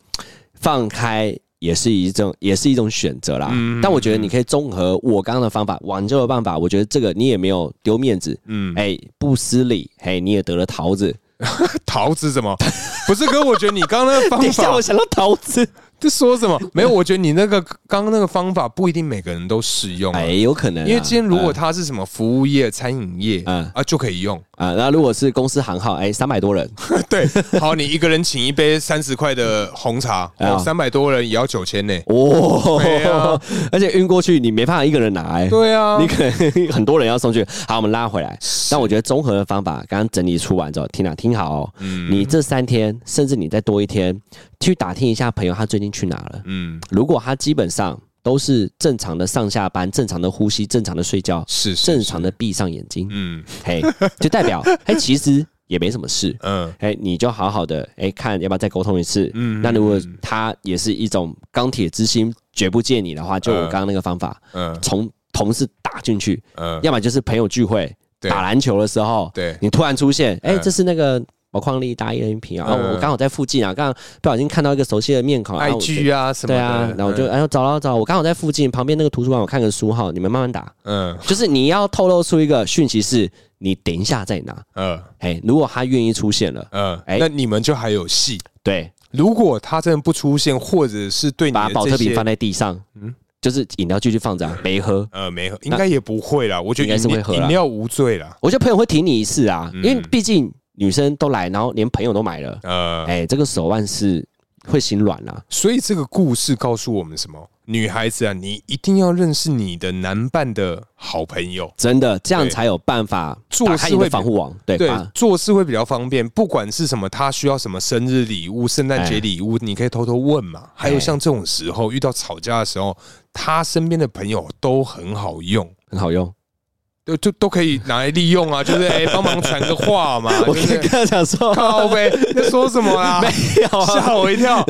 Speaker 2: 放开也是一种，也是一种选择
Speaker 1: 嗯
Speaker 2: 啦。但我觉得你可以综合我刚刚的方法，挽救的办法，我觉得这个你也没有丢面子，
Speaker 1: 嗯，
Speaker 2: 哎，不失礼，哎，你也得了桃子。
Speaker 1: 桃子怎么？ <laughs> 不是哥，我觉得你刚刚那个 <laughs>
Speaker 2: 等一
Speaker 1: 方
Speaker 2: 下，
Speaker 1: 法哦
Speaker 2: 我想到桃子，
Speaker 1: 在说什么？没有，我觉得你那个刚刚那个方法不一定每个人都适用啊，
Speaker 2: 哎，有可能啊，
Speaker 1: 因为今天如果
Speaker 2: 嗯
Speaker 1: 他是什么服务业、餐饮业
Speaker 2: 嗯
Speaker 1: 啊，就可以用。
Speaker 2: 啊，那如果是公司行号，哎，三百多人，
Speaker 1: <laughs> 对，好，你一个人请一杯三十块的红茶，
Speaker 2: 啊
Speaker 1: 哦，三百多人也要九千呢。对
Speaker 2: 哦
Speaker 1: 啊，
Speaker 2: <laughs> 而且运过去你没办法一个人拿，哎，
Speaker 1: 对啊
Speaker 2: 你，可能 <laughs> 很多人要送去。好，我们拉回来。那我觉得综合的方法，刚刚整理出完之后，听啊听好、哦，
Speaker 1: 嗯
Speaker 2: 你这三天，甚至你再多一天，去打听一下朋友他最近去哪了。
Speaker 1: 嗯，
Speaker 2: 如果他基本上都是正常的上下班、正常的呼吸、正常的睡觉、
Speaker 1: 是是
Speaker 2: 正，常的闭上眼睛，
Speaker 1: 嗯
Speaker 2: 嘿，就代表嘿，其实也没什么事。
Speaker 1: 嗯
Speaker 2: 哎，你就好好的哎，看要不要再沟通一次。
Speaker 1: 嗯
Speaker 2: 那如果他也是一种钢铁之心，绝不见你的话，就我
Speaker 1: 嗯
Speaker 2: 刚刚那个方法，
Speaker 1: 嗯
Speaker 2: 从同事打进去，
Speaker 1: 嗯，
Speaker 2: 要么就是朋友聚会
Speaker 1: 对
Speaker 2: 打篮球的时候，
Speaker 1: 对，
Speaker 2: 你突然出现，哎、
Speaker 1: 嗯
Speaker 2: 这是那个某矿力大一人一瓶啊，啊
Speaker 1: 嗯
Speaker 2: 我刚好在附近啊，刚好不小心看到一个熟悉的面孔，
Speaker 1: 爱
Speaker 2: 啊，
Speaker 1: 剧 <laughs> 啊什么
Speaker 2: 对
Speaker 1: 的，
Speaker 2: 啊，然后我就哎呦找找找，我刚好在附近旁边那个图书馆，我看个书号，你们慢
Speaker 1: <laughs>
Speaker 2: 慢打，
Speaker 1: 嗯
Speaker 2: 就是你要透露出一个讯息是，你等一下再拿，
Speaker 1: 嗯
Speaker 2: 哎，如果他愿意出现了，
Speaker 1: 嗯，
Speaker 2: 哎
Speaker 1: 那你们就还有戏。
Speaker 2: 对，
Speaker 1: 如果他真的不出现，或者是对你
Speaker 2: 把
Speaker 1: 的
Speaker 2: 保特
Speaker 1: 这
Speaker 2: 瓶
Speaker 1: 些
Speaker 2: 放在地上，嗯，就是饮料继续放着啊，没喝。
Speaker 1: 呃没喝，应该也不会啦。我觉得
Speaker 2: 应该是
Speaker 1: 饮
Speaker 2: 会喝啦
Speaker 1: 饮料无罪啦。
Speaker 2: 我觉得朋友会挺你一次啊，因为
Speaker 1: 嗯
Speaker 2: 毕竟女生都来，然后连朋友都买了，
Speaker 1: 呃，
Speaker 2: 哎、这个手腕是会心软啊啦、
Speaker 1: 所以这个故事告诉我们什么？女孩子啊，你一定要认识你的男伴的好朋友，
Speaker 2: 真的，这样
Speaker 1: 对
Speaker 2: 才有办法
Speaker 1: 做
Speaker 2: 打开
Speaker 1: 事
Speaker 2: 你
Speaker 1: 会
Speaker 2: 的
Speaker 1: 比
Speaker 2: 防护网，对啊
Speaker 1: 对
Speaker 2: 吧，？
Speaker 1: 做事会比较方便。不管是什么，他需要什么生日礼物、圣诞节礼物，你可以偷偷问嘛。还
Speaker 2: 哎
Speaker 1: 有像这种时候遇到吵架的时候，他身边的朋友都很好用。
Speaker 2: 很好用。
Speaker 1: 啊都就都可以拿来利用
Speaker 2: <laughs>
Speaker 1: 啊，就是哎，帮、忙传个话嘛，
Speaker 2: 我
Speaker 1: 对不对
Speaker 2: 刚刚想说 <laughs>
Speaker 1: 靠呗，在说什么啦？
Speaker 2: 没有啊，
Speaker 1: <laughs> 吓我一
Speaker 2: <laughs>
Speaker 1: 跳，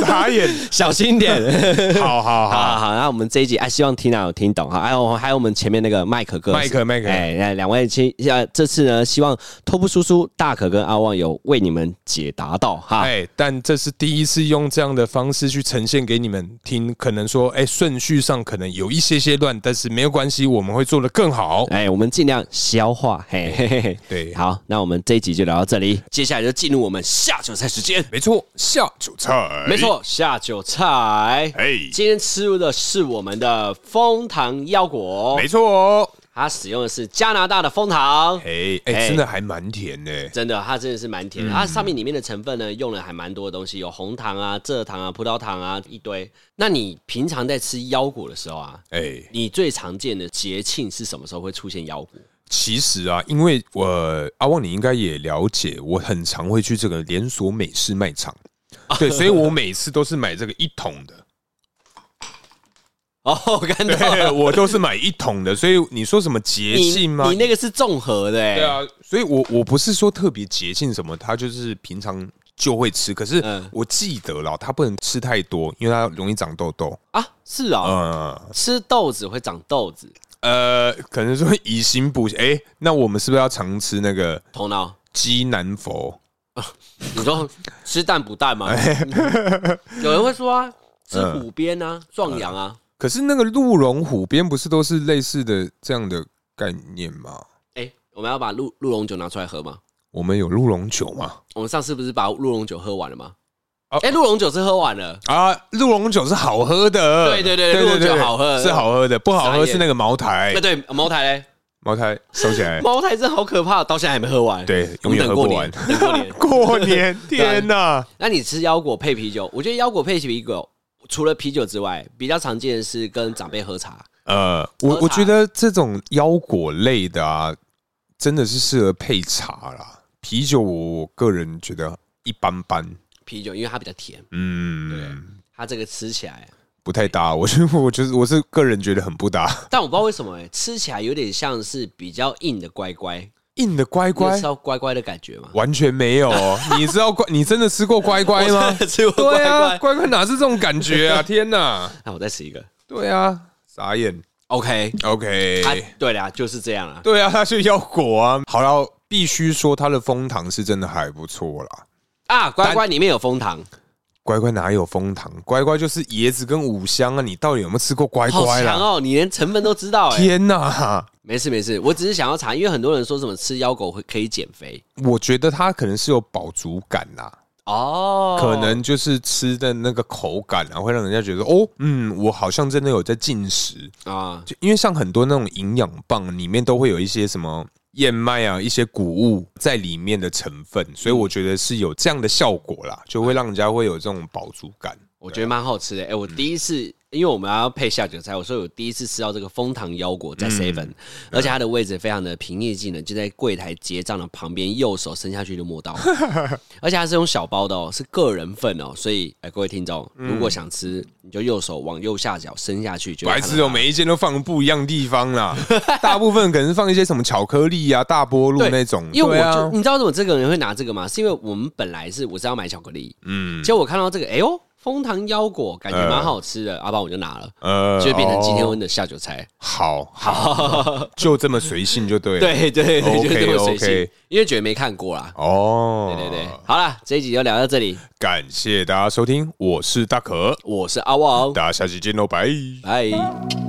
Speaker 1: 傻眼。
Speaker 2: 小心点。
Speaker 1: <laughs> 好好
Speaker 2: 好
Speaker 1: 好，
Speaker 2: 好好，那我们这一集哎，希望 Tina 有听懂哈。还有还有我们前面那个麦克哥，
Speaker 1: 麦克麦克
Speaker 2: 哎，那两位亲，呃，这次呢，希望托布叔叔、大可跟阿旺有为你们解答到哈。
Speaker 1: 哎，但这是第一次用这样的方式去呈现给你们听，可能说，哎，顺序上可能有一些些乱，但是没有关系，我们会做得更好。
Speaker 2: 哎，我们尽量消化，嘿嘿嘿嘿。
Speaker 1: 对
Speaker 2: 好，那我们这一集就聊到这里，接下来就进入我们下酒菜时间。
Speaker 1: 没错，下酒菜，
Speaker 2: 没，错，下酒菜。
Speaker 1: 哎，
Speaker 2: 今天吃的是我们的枫糖腰果
Speaker 1: 没，错哦，
Speaker 2: 它使用的是加拿大的枫糖，
Speaker 1: 哎
Speaker 2: 哎
Speaker 1: 哎，真的还蛮甜的，
Speaker 2: 真的，它真的是蛮
Speaker 1: 嗯
Speaker 2: 甜的。它上面里面的成分呢，用了还蛮多的东西，有红糖啊、蔗糖啊、葡萄糖啊一堆。那你平常在吃腰果的时候啊，
Speaker 1: 哎。
Speaker 2: 你最常见的节庆是什么时候会出现腰果？
Speaker 1: 其实啊，因为我阿旺，你应该也了解，我很常会去这个连锁美式卖场，
Speaker 2: 啊
Speaker 1: 对，所以我每次都是买这个一桶
Speaker 2: <laughs>
Speaker 1: 的，
Speaker 2: 哦，我看到
Speaker 1: 对
Speaker 2: 了，
Speaker 1: 我都是买一桶的，所以你说什么节
Speaker 2: 你
Speaker 1: 庆吗
Speaker 2: 你？那个是综合的、欸，
Speaker 1: 对啊，所以我我不是说特别节庆什么，它就是平常就会吃，可是
Speaker 2: 嗯
Speaker 1: 我记得啦，它不能吃太多，因为它容易长痘痘。
Speaker 2: 啊，是啊、
Speaker 1: 嗯
Speaker 2: 吃豆子会长豆子，
Speaker 1: 呃，可能说以形补形，哎、那我们是不是要常吃那个
Speaker 2: 头脑。
Speaker 1: <laughs> 鸡南佛？
Speaker 2: 你说吃蛋补蛋吗？
Speaker 1: 哎
Speaker 2: <laughs> 有人会说
Speaker 1: 嗯
Speaker 2: 啊，吃虎鞭啊，壮阳啊。
Speaker 1: 可是那个鹿茸虎鞭不是都是类似的这样的概念吗？
Speaker 2: 哎，我们要把鹿鹿茸酒拿出来喝吗？
Speaker 1: 我们有鹿茸酒吗？
Speaker 2: 我们上次不是把鹿茸酒喝完了吗？
Speaker 1: 啊、
Speaker 2: 哎，鹿茸酒是喝完了，
Speaker 1: 啊，鹿茸酒是好喝的，
Speaker 2: 对对对鹿茸酒好喝
Speaker 1: 是好喝的，不好
Speaker 2: 傻
Speaker 1: 喝
Speaker 2: 眼
Speaker 1: 是那个茅台
Speaker 2: 哎，，对，茅台嘞，
Speaker 1: 茅台收起
Speaker 2: <laughs>
Speaker 1: 来，
Speaker 2: 茅台真好可怕，到现在还没喝完，
Speaker 1: 对，永
Speaker 2: 我们
Speaker 1: 远
Speaker 2: 等
Speaker 1: 喝
Speaker 2: 过
Speaker 1: 不
Speaker 2: 年
Speaker 1: 完。。
Speaker 2: 等过年 <laughs>
Speaker 1: 过年，天哪！
Speaker 2: 那你吃腰果配啤酒，我觉得腰果配啤酒，除了啤酒之外，比较常见的是跟长辈喝茶。
Speaker 1: <laughs> 呃，我
Speaker 2: 喝
Speaker 1: 我
Speaker 2: 茶
Speaker 1: 觉得这种腰果类的啊，真的是适合配茶啦。啤酒我我个人觉得一般般，
Speaker 2: 啤酒，因为它比较甜，
Speaker 1: 嗯，
Speaker 2: 它这个吃起来，
Speaker 1: 不太搭。我是我就是我是个人觉得很不搭。
Speaker 2: 但我不知道为什么、欸，吃起来有点像是比较硬的乖乖，
Speaker 1: 硬的乖
Speaker 2: 你有
Speaker 1: 乖
Speaker 2: 吃到乖乖的感觉吗？
Speaker 1: 完全没有
Speaker 2: <laughs>
Speaker 1: 哦，你知道乖？你真的吃过乖乖吗？
Speaker 2: 我吃过乖
Speaker 1: 对啊，乖
Speaker 2: 乖，
Speaker 1: 乖哪是这种感觉
Speaker 2: <laughs>
Speaker 1: 啊！天哪，
Speaker 2: 那我再吃一个。
Speaker 1: 对啊，傻眼。
Speaker 2: OK，
Speaker 1: OK，
Speaker 2: 啊，对啦，就是这样啦。
Speaker 1: 对啊，他是腰果啊。好了，必须说他的枫糖是真的还不错啦。
Speaker 2: 啊，乖乖里面有枫糖，
Speaker 1: 乖乖哪有枫糖？乖乖就是椰子跟五香啊！你到底有没有吃过乖
Speaker 2: 好
Speaker 1: 乖
Speaker 2: 强
Speaker 1: 啦？
Speaker 2: 哦！你连成分都知道哎、
Speaker 1: 天哪、
Speaker 2: 没事没事，我只是想要查，因为很多人说什么吃腰果会可以减肥
Speaker 1: 我觉得它可能是有饱足感啦、
Speaker 2: 哦，
Speaker 1: 可能就是吃的那个口感啊，会让人家觉得哦，嗯，我好像真的有在进食。
Speaker 2: 啊，
Speaker 1: 就因为像很多那种营养棒里面都会有一些什么燕麦啊、一些谷物在里面的成分，所以我觉得是有这样的效果啦，嗯就会让人家会有这种饱足感。
Speaker 2: 我觉得蛮好吃的。哎、我
Speaker 1: 嗯
Speaker 2: 第一次，因为我们要配下酒菜，我说我第一次吃到这个枫糖腰果
Speaker 1: 嗯
Speaker 2: 在 Seven，、而且它的位置非常的平易近人，就在柜台结账的旁边，右手伸下去就
Speaker 1: <laughs>
Speaker 2: 摸到了，而且它是用小包的哦，是个人份哦，所以哎、各位听众，如果想吃，你就右手往右下角伸下去就
Speaker 1: 嗯
Speaker 2: 会
Speaker 1: 白
Speaker 2: 看到它。
Speaker 1: 痴哦，每一间都放不一样地方 <laughs> 啦，大部分可能是放一些什么巧克力啊、大波路
Speaker 2: 对
Speaker 1: 那种，
Speaker 2: 因为我
Speaker 1: 对
Speaker 2: 就、
Speaker 1: 啊，
Speaker 2: 你知道为什么这个人会拿这个吗？是因为我们本来是我是要买巧克力，
Speaker 1: 嗯，
Speaker 2: 结果我看到这个，哎呦，枫糖腰果感觉蛮好吃的，啊阿爸、不然我就拿了，
Speaker 1: 呃
Speaker 2: 就变成今天
Speaker 1: 哦
Speaker 2: 我们的下酒菜。
Speaker 1: 好 <laughs> 好，就这么随性就对了，
Speaker 2: 对对对，
Speaker 1: OK，
Speaker 2: 就是这么随性
Speaker 1: OK
Speaker 2: 因为觉得没看过啦。
Speaker 1: 哦，
Speaker 2: 对对对，，好啦，这一集就聊到这里，
Speaker 1: 感谢大家收听，我是大可，
Speaker 2: 我是阿旺，
Speaker 1: 大家下期见喽，拜。
Speaker 2: 拜。